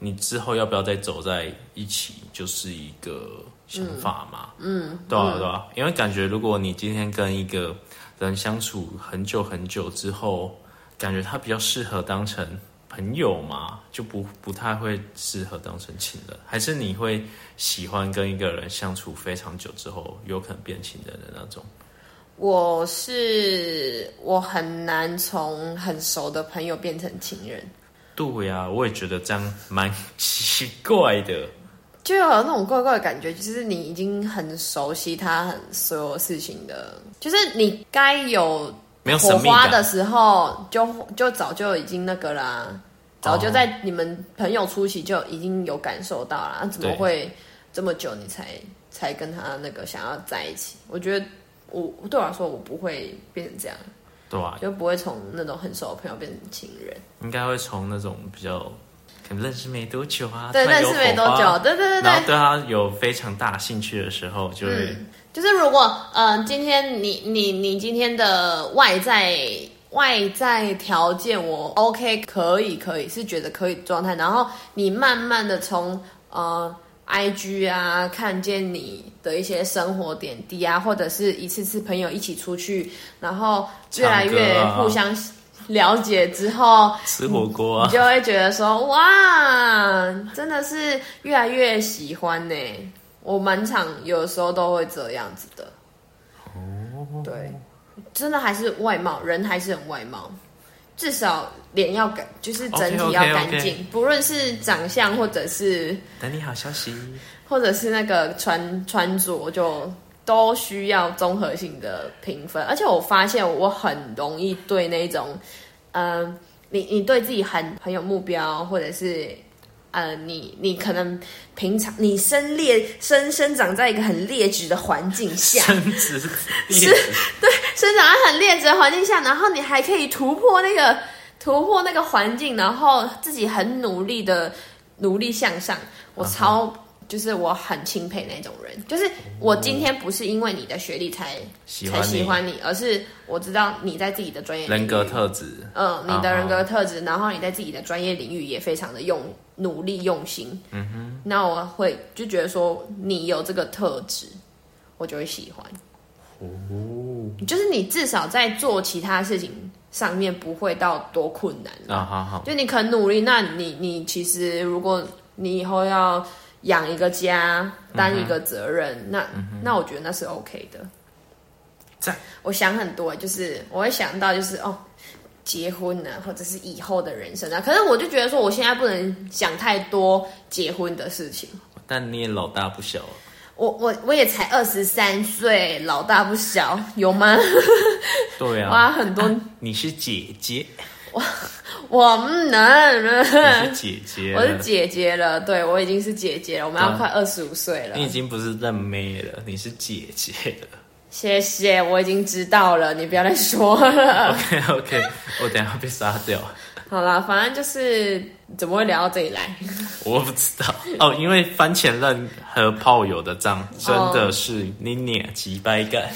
[SPEAKER 2] 你之后要不要再走在一起，就是一个想法嘛。嗯，对啊，对啊，因为感觉如果你今天跟一个人相处很久很久之后，感觉他比较适合当成朋友嘛，就不不太会适合当成情人。还是你会喜欢跟一个人相处非常久之后，有可能变情人的那种？
[SPEAKER 1] 我是我很难从很熟的朋友变成情人，
[SPEAKER 2] 对呀、我也觉得这样蛮奇怪 的。
[SPEAKER 1] 就有那种怪怪的感觉，就是你已经很熟悉他很所有事情的，就是你该有
[SPEAKER 2] 没有神
[SPEAKER 1] 火
[SPEAKER 2] 秘
[SPEAKER 1] 花
[SPEAKER 2] 感
[SPEAKER 1] 的时候，就就早就已经那个
[SPEAKER 2] 哦
[SPEAKER 1] 啦，早就在你们朋友初期就已经有感受到啦，怎么
[SPEAKER 2] 对
[SPEAKER 1] 会这么久你才才跟他那个想要在一起？我觉得我对我来说，我不会变成这样，
[SPEAKER 2] 对啊，
[SPEAKER 1] 就不会从那种很熟的朋友变成情人。
[SPEAKER 2] 应该会从那种比较可能认识没多久啊，
[SPEAKER 1] 对，
[SPEAKER 2] 突然
[SPEAKER 1] 认
[SPEAKER 2] 有
[SPEAKER 1] 识没多
[SPEAKER 2] 火花
[SPEAKER 1] 久，对对对
[SPEAKER 2] 然后
[SPEAKER 1] 对，
[SPEAKER 2] 对他有非常大兴趣的时候，就会、
[SPEAKER 1] 就是如果嗯、呃今天你你你今天的外在外在条件我 OK 可以可以是觉得可以状态，然后你慢慢的从呃 IG 啊看见你的一些生活点滴啊，或者是一次次朋友一起出去，然后越来越
[SPEAKER 2] 唱歌啊
[SPEAKER 1] 互相了解之后，
[SPEAKER 2] 吃火锅啊
[SPEAKER 1] 你，就会觉得说，哇，真的是越来越喜欢呢、我满场有时候都会这样子的。哦，对，真的还是外貌，人还是很外貌，至少脸要干，就是整体
[SPEAKER 2] OK，OK，OK
[SPEAKER 1] 要干净不论是长相或者是
[SPEAKER 2] 等你好消息。
[SPEAKER 1] 或者是那个穿穿着就。都需要综合性的评分，而且我发现我很容易对那种，嗯、你你对自己很很有目标，或者是呃，你你可能平常你生劣生生长在一个很劣质的环境下，
[SPEAKER 2] 生殖是
[SPEAKER 1] 生长在很劣质的环境下，然后你还可以突破那个突破那个环境，然后自己很努力的努力向上。
[SPEAKER 2] 嗯
[SPEAKER 1] 我超、就是我很钦佩那种人，就是我今天不是因为你的学历才
[SPEAKER 2] 喜
[SPEAKER 1] 才
[SPEAKER 2] 欢
[SPEAKER 1] 喜
[SPEAKER 2] 你
[SPEAKER 1] 欢你，而是我知道你在自己的专业领域
[SPEAKER 2] 人格特质，
[SPEAKER 1] 嗯，你的
[SPEAKER 2] 啊
[SPEAKER 1] 人格特质，然后你在自己的专业领域也非常的用努力用心，嗯哼，那我会就觉得说你有这个特质，我就会喜欢。哦，就是你至少在做其他事情上面不会到多困难啊
[SPEAKER 2] 啊，好好，
[SPEAKER 1] 就你肯努力，那你你其实如果你以后要养一个家，担一个责任，那、那我觉得那是 OK 的。
[SPEAKER 2] 赞
[SPEAKER 1] 我想很多，就是我会想到就是哦，结婚呢、或者是以后的人生啊。可是我就觉得说，我现在不能想太多结婚的事情。
[SPEAKER 2] 但你也老大不小了，啊
[SPEAKER 1] 我我我也才二十三岁，老大不小，有吗？
[SPEAKER 2] 对啊，
[SPEAKER 1] 哇，很多、
[SPEAKER 2] 你是姐姐，
[SPEAKER 1] 我不能，
[SPEAKER 2] 你是姐姐了，
[SPEAKER 1] 嗯我是姐姐了，对我已经是姐姐了，我们要快二十五岁了
[SPEAKER 2] 你。已经不是认妹了，你是姐姐了。
[SPEAKER 1] 谢谢，我已经知道了，你不要再说了。
[SPEAKER 2] OK OK，我等一下被杀掉，
[SPEAKER 1] 好啦，反正就是怎么会聊到这里来？
[SPEAKER 2] 我不知道哦，因为番前任和炮友的账真的是你脸几百感，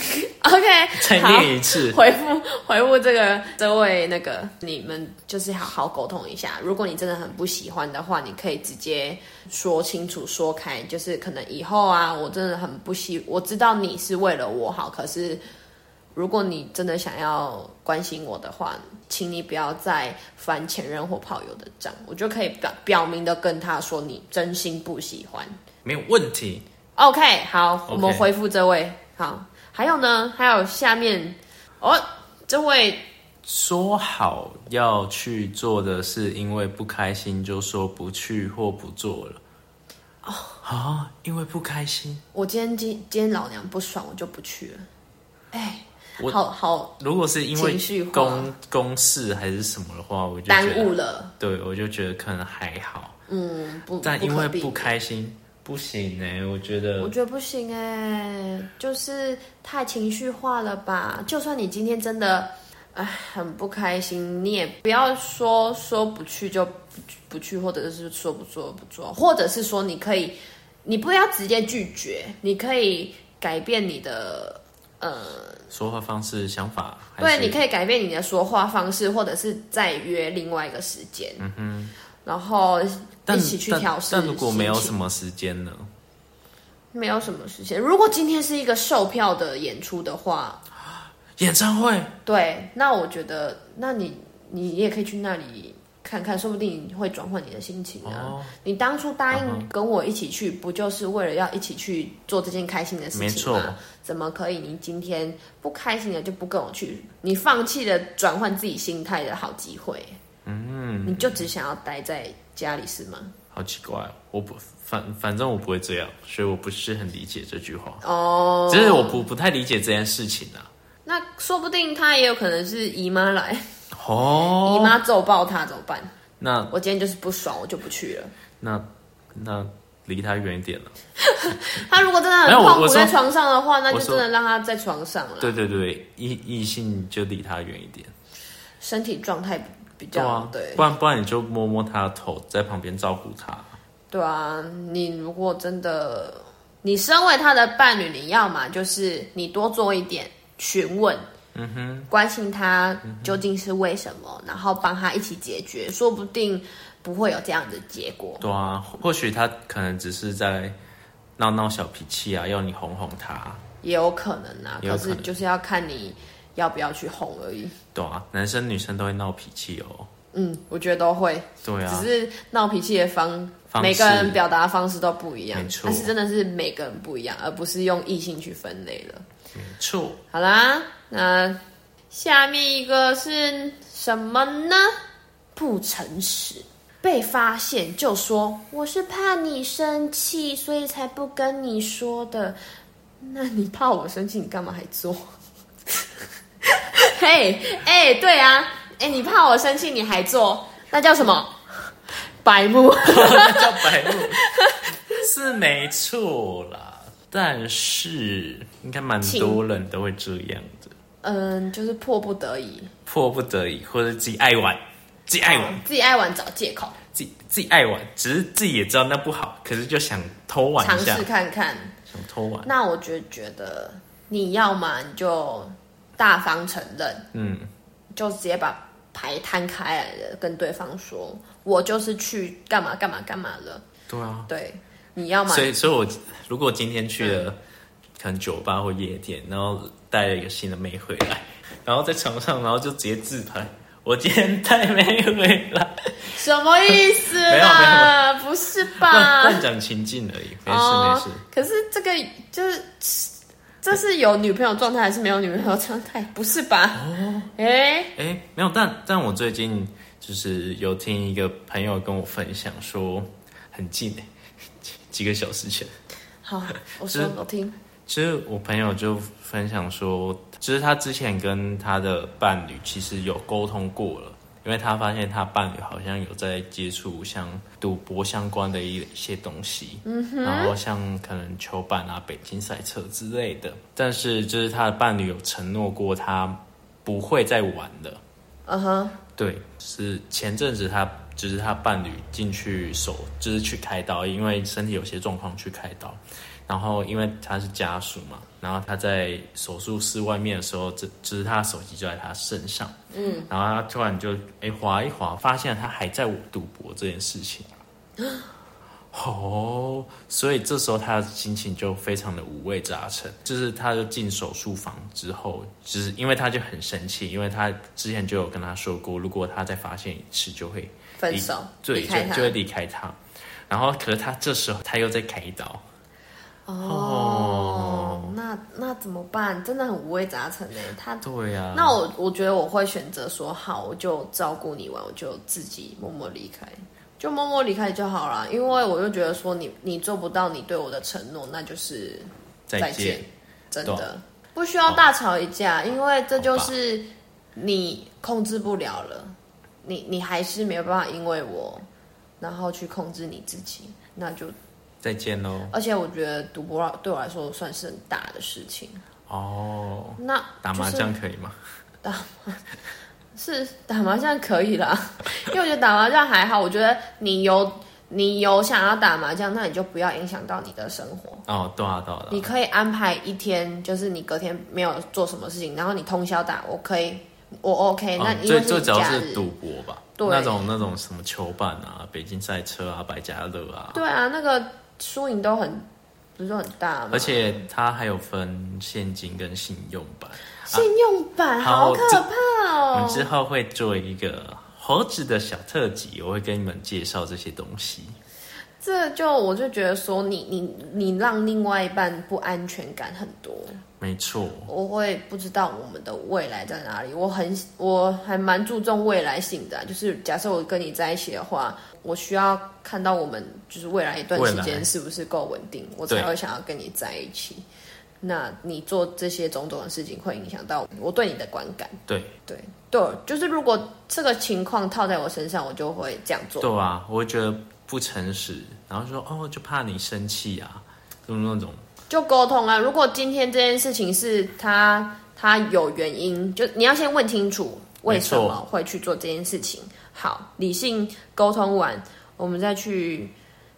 [SPEAKER 2] 再
[SPEAKER 1] OK，好，
[SPEAKER 2] 念一次，
[SPEAKER 1] 回复 回复这个这位那个，你们就是好好沟通一下。如果你真的很不喜欢的话，你可以直接说清楚说开，就是可能以后啊，我真的很不希，我知道你是为了我好，可是如果你真的想要关心我的话，请你不要再翻前任或炮友的账，我就可以表表明的跟他说你真心不喜欢。
[SPEAKER 2] 没有问题。
[SPEAKER 1] OK，好，我们
[SPEAKER 2] OK
[SPEAKER 1] 回复这位。好，还有呢，还有下面哦，这位
[SPEAKER 2] 说好要去做的事，因为不开心就说不去或不做了。哦啊，因为不开心。
[SPEAKER 1] 我今天今今天老娘不爽，我就不去了。哎，
[SPEAKER 2] 我
[SPEAKER 1] 好好
[SPEAKER 2] 如果是因为
[SPEAKER 1] 情绪化
[SPEAKER 2] 公公事还是什么的话，我就
[SPEAKER 1] 耽
[SPEAKER 2] 觉得
[SPEAKER 1] 误了，
[SPEAKER 2] 对，我就觉得可能还好，
[SPEAKER 1] 嗯，不，
[SPEAKER 2] 但因为
[SPEAKER 1] 可避
[SPEAKER 2] 不
[SPEAKER 1] 免，
[SPEAKER 2] 开心不行哎、我觉
[SPEAKER 1] 我
[SPEAKER 2] 得
[SPEAKER 1] 觉得不行欸哎、就是太情绪化了吧？就算你今天真的哎，很不开心。你也不要说说不去就不去不去，或者是说不做不做，或者是说你可以，你不要直接拒绝，你可以改变你的呃
[SPEAKER 2] 说话方式、想法，
[SPEAKER 1] 对，你
[SPEAKER 2] 以
[SPEAKER 1] 可以改变你的说话方式，或者是再约另外一个时间，嗯哼，然后一起去调试
[SPEAKER 2] 但。但如果没有什
[SPEAKER 1] 么，
[SPEAKER 2] 么时间呢？
[SPEAKER 1] 没有什么时间。如果今天是一个售票的演出的话，
[SPEAKER 2] 演唱会
[SPEAKER 1] 对，那我觉得，那你你也可以去那里看看，说不定你会转换你的心情啊。
[SPEAKER 2] 哦
[SPEAKER 1] 你当初答应跟我一起去，不就是为了要一起去做这件开心的事情吗？
[SPEAKER 2] 没错
[SPEAKER 1] 怎么可以你今天不开心了就不跟我去？你放弃了转换自己心态的好机会。嗯，你就只想要待在家里是吗？
[SPEAKER 2] 好奇怪哦，我不反反正我不会这样，所以我不是很理解这句话，
[SPEAKER 1] 哦，
[SPEAKER 2] 只是我不不太理解这件事情啊。
[SPEAKER 1] 那说不定他也有可能是姨妈来，姨
[SPEAKER 2] 哦，
[SPEAKER 1] 妈揍爆他怎么办？
[SPEAKER 2] 那
[SPEAKER 1] 我今天就是不爽，我就不去了。
[SPEAKER 2] 那那离他远一点了。
[SPEAKER 1] 他如果真的很
[SPEAKER 2] 没有我
[SPEAKER 1] 痛苦
[SPEAKER 2] 我说
[SPEAKER 1] 在床上的话，那就
[SPEAKER 2] 我说
[SPEAKER 1] 真的让他在床上了。
[SPEAKER 2] 对对对，异异性就离他远一点。
[SPEAKER 1] 身体状态比
[SPEAKER 2] 对
[SPEAKER 1] 较
[SPEAKER 2] 啊，
[SPEAKER 1] 对
[SPEAKER 2] 不然不然你就摸摸他的头，在旁边照顾他。
[SPEAKER 1] 对啊。你如果真的，你身为他的伴侣，你要嘛就是你多做一点询问，嗯哼，关心他究竟是为什么，然后帮他一起解决，说不定不会有这样的结果。
[SPEAKER 2] 对啊，或或许他可能只是在闹闹小脾气啊，要你哄哄他。
[SPEAKER 1] 也有可能啊，
[SPEAKER 2] 也有
[SPEAKER 1] 可
[SPEAKER 2] 可能
[SPEAKER 1] 是就是要看你要不要去哄而已。
[SPEAKER 2] 对啊，男生女生都会闹脾气哦。
[SPEAKER 1] 嗯，我觉得都会，
[SPEAKER 2] 对啊
[SPEAKER 1] 只，是闹脾气的方，
[SPEAKER 2] 方式
[SPEAKER 1] 每个人表达方式都不一样
[SPEAKER 2] 没，错
[SPEAKER 1] 但是真的是每个人不一样，而不是用异性去分类了。
[SPEAKER 2] 没错。
[SPEAKER 1] 好啦，那下面一个是什么呢？不诚实，被发现就说我是怕你生气，所以才不跟你说的。那你怕我生气，你干嘛还做？ 嘿，哎、对啊，哎、你怕我生气，你还做，那叫什么？白目。
[SPEAKER 2] 叫白目是没错啦，但是应该蛮多人都会这样的，
[SPEAKER 1] 嗯，就是迫不得已，
[SPEAKER 2] 迫不得已或者自己爱玩，自己爱玩，
[SPEAKER 1] 自己爱玩找借口，
[SPEAKER 2] 自己自己爱玩，只是自己也知道那不好，可是就想偷玩
[SPEAKER 1] 尝
[SPEAKER 2] 一下
[SPEAKER 1] 试，看看。
[SPEAKER 2] 想偷玩，
[SPEAKER 1] 那我就觉得你要嘛你就大方承认，
[SPEAKER 2] 嗯，
[SPEAKER 1] 就直接把牌摊开来了，跟对方说，我就是去干嘛干嘛干嘛了。
[SPEAKER 2] 对啊，
[SPEAKER 1] 对，你要嘛
[SPEAKER 2] 所以所以我如果今天去了可能酒吧或夜店，然后带了一个新的妹回来， 然后在床上，然后就直接自拍，我今天带妹回来，
[SPEAKER 1] 什么意思
[SPEAKER 2] 没有
[SPEAKER 1] 啦？不是吧？
[SPEAKER 2] 乱乱讲情境而已，没事没
[SPEAKER 1] 啊哦
[SPEAKER 2] 事。
[SPEAKER 1] 可是这个就是。这是有女朋友状态还是没有女朋友状态？不是吧？哦，哎、
[SPEAKER 2] 哎、没有，但但我最近就是有听一个朋友跟我分享说，很近哎、几几个小时前，
[SPEAKER 1] 好，我说我听。
[SPEAKER 2] 其实我朋友就分享说，就是他之前跟他的伴侣其实有沟通过了，因为他发现他伴侣好像有在接触像赌博相关的一些东西，嗯、然后像可能球板啊、北京赛车之类的，但是就是他的伴侣有承诺过他不会再玩了。
[SPEAKER 1] 嗯哼，
[SPEAKER 2] 对，是前阵子他就是他伴侣进去手就是去开刀，因为身体有些状况去开刀，然后因为他是家属嘛，然后他在手术室外面的时候，这就是他的手机就在他身上，嗯，然后他突然就哎划一划，发现他还在赌博这件事情。哦，所以这时候他的心情就非常的五味杂陈，就是他就进手术房之后，就是因为他就很生气，因为他之前就有跟他说过，如果他再发现一次就会
[SPEAKER 1] 分手，
[SPEAKER 2] 对
[SPEAKER 1] 离
[SPEAKER 2] 就
[SPEAKER 1] 开他
[SPEAKER 2] 就会离开他，然后可是他这时候他又在开刀，
[SPEAKER 1] 哦，那那怎么办？真的很五味杂陈哎。他，
[SPEAKER 2] 对呀、啊，
[SPEAKER 1] 那我我觉得我会选择说好，我就照顾你完，我就自己默默离开，就默默离开就好了。因为我就觉得说你你做不到你对我的承诺，那就是
[SPEAKER 2] 再见
[SPEAKER 1] 见，，真
[SPEAKER 2] 对
[SPEAKER 1] 的不需要大吵一架，因为这就是你控制不了了，你你还是没有办法因为我，然后去控制你自己，那就
[SPEAKER 2] 再见喽。
[SPEAKER 1] 而且我觉得赌博对我来说算是很大的事情。
[SPEAKER 2] 哦，
[SPEAKER 1] 那
[SPEAKER 2] 打麻
[SPEAKER 1] 就是
[SPEAKER 2] 将可以吗？
[SPEAKER 1] 打麻是打麻将可以啦，因为我觉得打麻将还好。我觉得你有你有想要打麻将，那你就不要影响到你的生活。
[SPEAKER 2] 哦，对啊，对啊，对
[SPEAKER 1] 你
[SPEAKER 2] 啊
[SPEAKER 1] 可以安排一天，就是你隔天没有做什么事情，然后你通宵打，我可以，我 OK、那哎
[SPEAKER 2] 哦
[SPEAKER 1] 因为
[SPEAKER 2] 最
[SPEAKER 1] 是
[SPEAKER 2] 最主要
[SPEAKER 1] 假
[SPEAKER 2] 是
[SPEAKER 1] 日，
[SPEAKER 2] 赌博吧，
[SPEAKER 1] 对
[SPEAKER 2] 那种那种什么球板啊、北京赛车啊、百家乐啊，
[SPEAKER 1] 对啊，那个输赢都很不是很大嘛。
[SPEAKER 2] 而且它还有分现金跟信用版。
[SPEAKER 1] 信用版
[SPEAKER 2] 啊好
[SPEAKER 1] 好
[SPEAKER 2] 我
[SPEAKER 1] 可
[SPEAKER 2] 这嗯
[SPEAKER 1] 怕
[SPEAKER 2] 我
[SPEAKER 1] 哦
[SPEAKER 2] 们！之后会做一个猴子的小特辑，我会跟你们介绍这些东西。
[SPEAKER 1] 这就我就觉得说你你你让另外一半不安全感很多，
[SPEAKER 2] 没错，
[SPEAKER 1] 我会不知道我们的未来在哪里。我很我还蛮注重未来性的啊、就是假设我跟你在一起的话，我需要看到我们就是未来一段时
[SPEAKER 2] 未来
[SPEAKER 1] 间是不是够稳定，我
[SPEAKER 2] 对
[SPEAKER 1] 才会想要跟你在一起。那你做这些种种的事情，会影响到我对你的观感。
[SPEAKER 2] 对
[SPEAKER 1] 对对，就是如果这个情况套在我身上，我就会这样做。
[SPEAKER 2] 对啊，我会觉得不诚实，然后说哦，就怕你生气啊，就是那种
[SPEAKER 1] 就沟通啊。如果今天这件事情是他他有原因，就你要先问清楚为什
[SPEAKER 2] 没
[SPEAKER 1] 么
[SPEAKER 2] 错
[SPEAKER 1] 会去做这件事情。好，理性沟通完，我们再去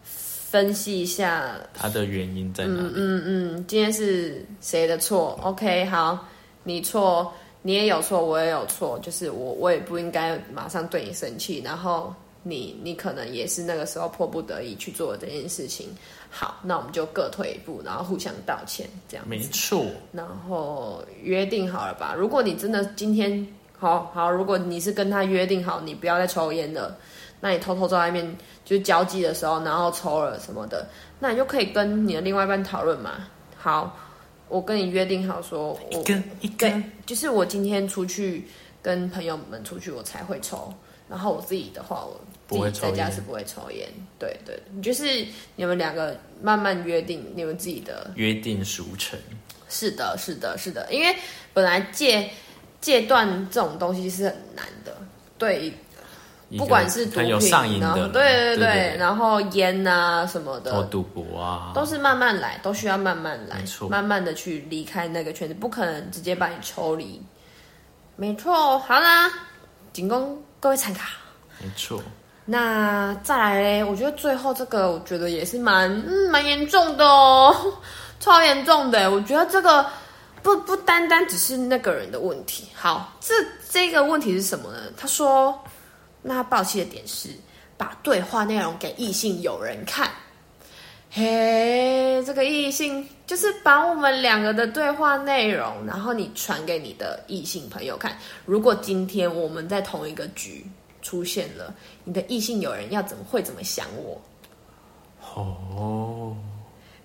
[SPEAKER 1] 分析一下，
[SPEAKER 2] 它的原因在哪里。
[SPEAKER 1] 嗯，今天是谁的错？OK，好，你错，你也有错，我也有错，就是我我也不应该马上对你生气，然后。你你可能也是那个时候迫不得已去做这件事情，好，那我们就各退一步，然后互相道歉，这样子
[SPEAKER 2] 没错，
[SPEAKER 1] 然后约定好了吧？如果你真的今天好好，如果你是跟他约定好，你不要再抽烟了，那你偷偷在外面就是交际的时候，然后抽了什么的，那你就可以跟你的另外一半讨论嘛。好，我跟你约定好说，我
[SPEAKER 2] 一根一
[SPEAKER 1] 对
[SPEAKER 2] 根，，
[SPEAKER 1] 就是我今天出去跟朋友们出去，我才会抽。然后我自己的话，我
[SPEAKER 2] 不会
[SPEAKER 1] 自己在
[SPEAKER 2] 抽
[SPEAKER 1] 家
[SPEAKER 2] 烟
[SPEAKER 1] 是不会抽烟。对对，就是你们两个慢慢约定你们自己的
[SPEAKER 2] 约定俗成。
[SPEAKER 1] 是的，是的，是的，因为本来戒戒断这种东西是很难的，对，
[SPEAKER 2] 一个
[SPEAKER 1] 不管是毒
[SPEAKER 2] 很
[SPEAKER 1] 品，
[SPEAKER 2] 有上瘾
[SPEAKER 1] 然后
[SPEAKER 2] 的，
[SPEAKER 1] 对
[SPEAKER 2] 对
[SPEAKER 1] 对然后烟啊什么
[SPEAKER 2] 然后
[SPEAKER 1] 的，
[SPEAKER 2] 赌博啊，
[SPEAKER 1] 都是慢慢来，都需要慢慢来
[SPEAKER 2] 没错，
[SPEAKER 1] 慢慢的去离开那个圈子，不可能直接把你抽离。没错，好啦，仅供各位参考。
[SPEAKER 2] 没错。
[SPEAKER 1] 那再来嘞，我觉得最后这个，我觉得也是蛮嗯蛮严重的哦， 超严重的。欸我觉得这个不不单单只是那个人的问题。好，这这个问题是什么呢？他说，那他暴气的点是把对话内容给异性友人看。嘿，这个异性就是把我们两个的对话内容，然后你传给你的异性朋友看。如果今天我们在同一个局出现了，你的异性友人要怎么会怎么想我？
[SPEAKER 2] 哦，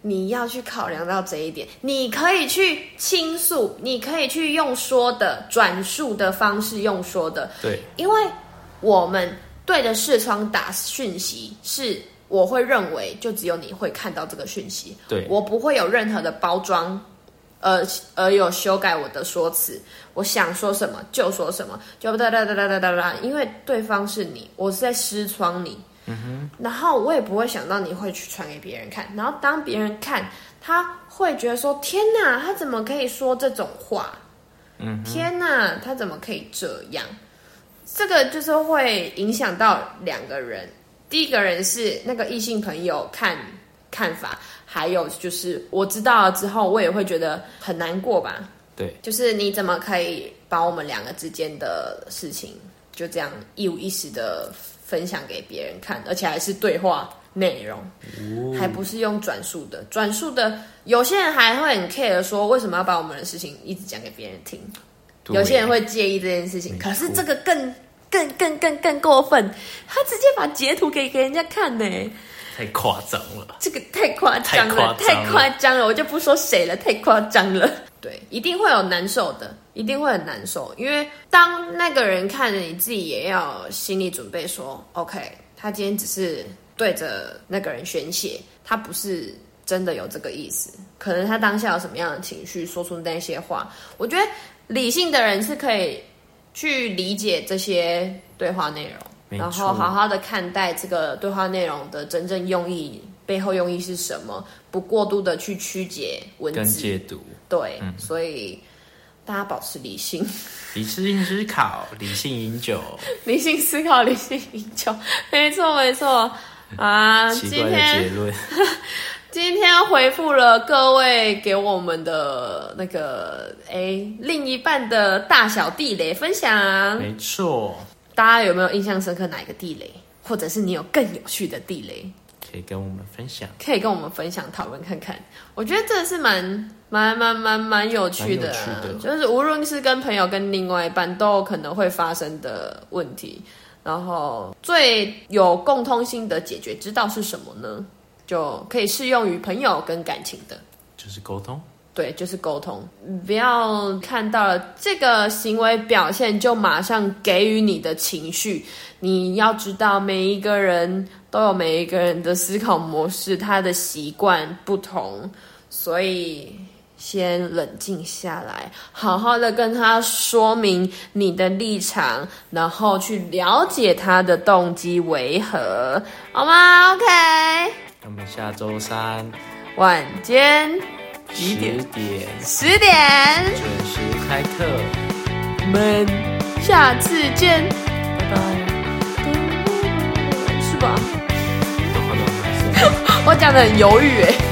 [SPEAKER 1] 你要去考量到这一点，你可以去倾诉，你可以去用说的转述的方式用说的，
[SPEAKER 2] 对，
[SPEAKER 1] 因为我们对着视窗打讯息是。我会认为，就只有你会看到这个讯息，
[SPEAKER 2] 对
[SPEAKER 1] 我不会有任何的包装，而而有修改我的说辞，我想说什么就说什么，就哒哒哒哒哒哒哒，因为对方是你，我是在私窗你，然后我也不会想到你会去传给别人看，然后当别人看，他会觉得说：“天哪，他怎么可以说这种话？嗯，天哪，他怎么可以这样？”这个就是会影响到两个人，第一个人是那个异性朋友看看法，还有就是我知道了之后，我也会觉得很难过吧。
[SPEAKER 2] 对，
[SPEAKER 1] 就是你怎么可以把我们两个之间的事情就这样一五一十的分享给别人看，而且还是对话内容，还不是用转述的。转述的有些人还会很 care 说，为什么要把我们的事情一直讲给别人听？
[SPEAKER 2] 对
[SPEAKER 1] 有些人会介意这件事情，
[SPEAKER 2] 没
[SPEAKER 1] 可是
[SPEAKER 2] 错
[SPEAKER 1] 这个更更更更更过分，他直接把截图给给人家看呢、
[SPEAKER 2] 太夸张了，
[SPEAKER 1] 这个太夸张了，
[SPEAKER 2] 太夸张了
[SPEAKER 1] 太夸张了，我就不说谁了，太夸张了。对，一定会有难受的，一定会很难受，因为当那个人看着你自己，也要有心理准备说，OK，他今天只是对着那个人宣泄，他不是真的有这个意思，可能他当下有什么样的情绪，说出那些话。我觉得理性的人是可以去理解这些对话内容。
[SPEAKER 2] 没
[SPEAKER 1] 然
[SPEAKER 2] 错
[SPEAKER 1] 后好好的看待这个对话内容的真正用意，背后用意是什么，不过度的去曲解文
[SPEAKER 2] 跟嗯
[SPEAKER 1] 字，
[SPEAKER 2] 戒毒
[SPEAKER 1] 对，所以大家保持理性，
[SPEAKER 2] 理性思考，理性饮酒，
[SPEAKER 1] 理性思考，理性饮酒，没错没错啊！
[SPEAKER 2] 奇
[SPEAKER 1] 今
[SPEAKER 2] 怪的结
[SPEAKER 1] 天
[SPEAKER 2] 论。
[SPEAKER 1] 今天回复了各位给我们的那个哎另一半的大小地雷分享，
[SPEAKER 2] 没错，
[SPEAKER 1] 大家有没有印象深刻哪一个地雷，或者是你有更有趣的地雷？
[SPEAKER 2] 可以跟我们分享，
[SPEAKER 1] 可以跟我们分享讨论看看。我觉得这是蛮蛮蛮蛮蛮有趣的,、啊
[SPEAKER 2] 蛮有趣
[SPEAKER 1] 就是无论是跟朋友跟另外一半都有可能会发生的问题。然后最有共通性的解决之道是什么呢？就可以适用于朋友跟感情的。
[SPEAKER 2] 就是沟通。
[SPEAKER 1] 对，就是沟通，不要看到了这个行为表现就马上给予你的情绪。你要知道，每一个人都有每一个人的思考模式，他的习惯不同，所以先冷静下来，好好的跟他说明你的立场，然后去了解他的动机为何，好吗？OK，
[SPEAKER 2] 那么下周三
[SPEAKER 1] 晚间几
[SPEAKER 2] 十
[SPEAKER 1] 点
[SPEAKER 2] 点准
[SPEAKER 1] 十点。
[SPEAKER 2] 时开课，
[SPEAKER 1] 我们下次见，
[SPEAKER 2] 拜拜。
[SPEAKER 1] 是吧？
[SPEAKER 2] 好的，好的。
[SPEAKER 1] 我讲的很犹豫哎。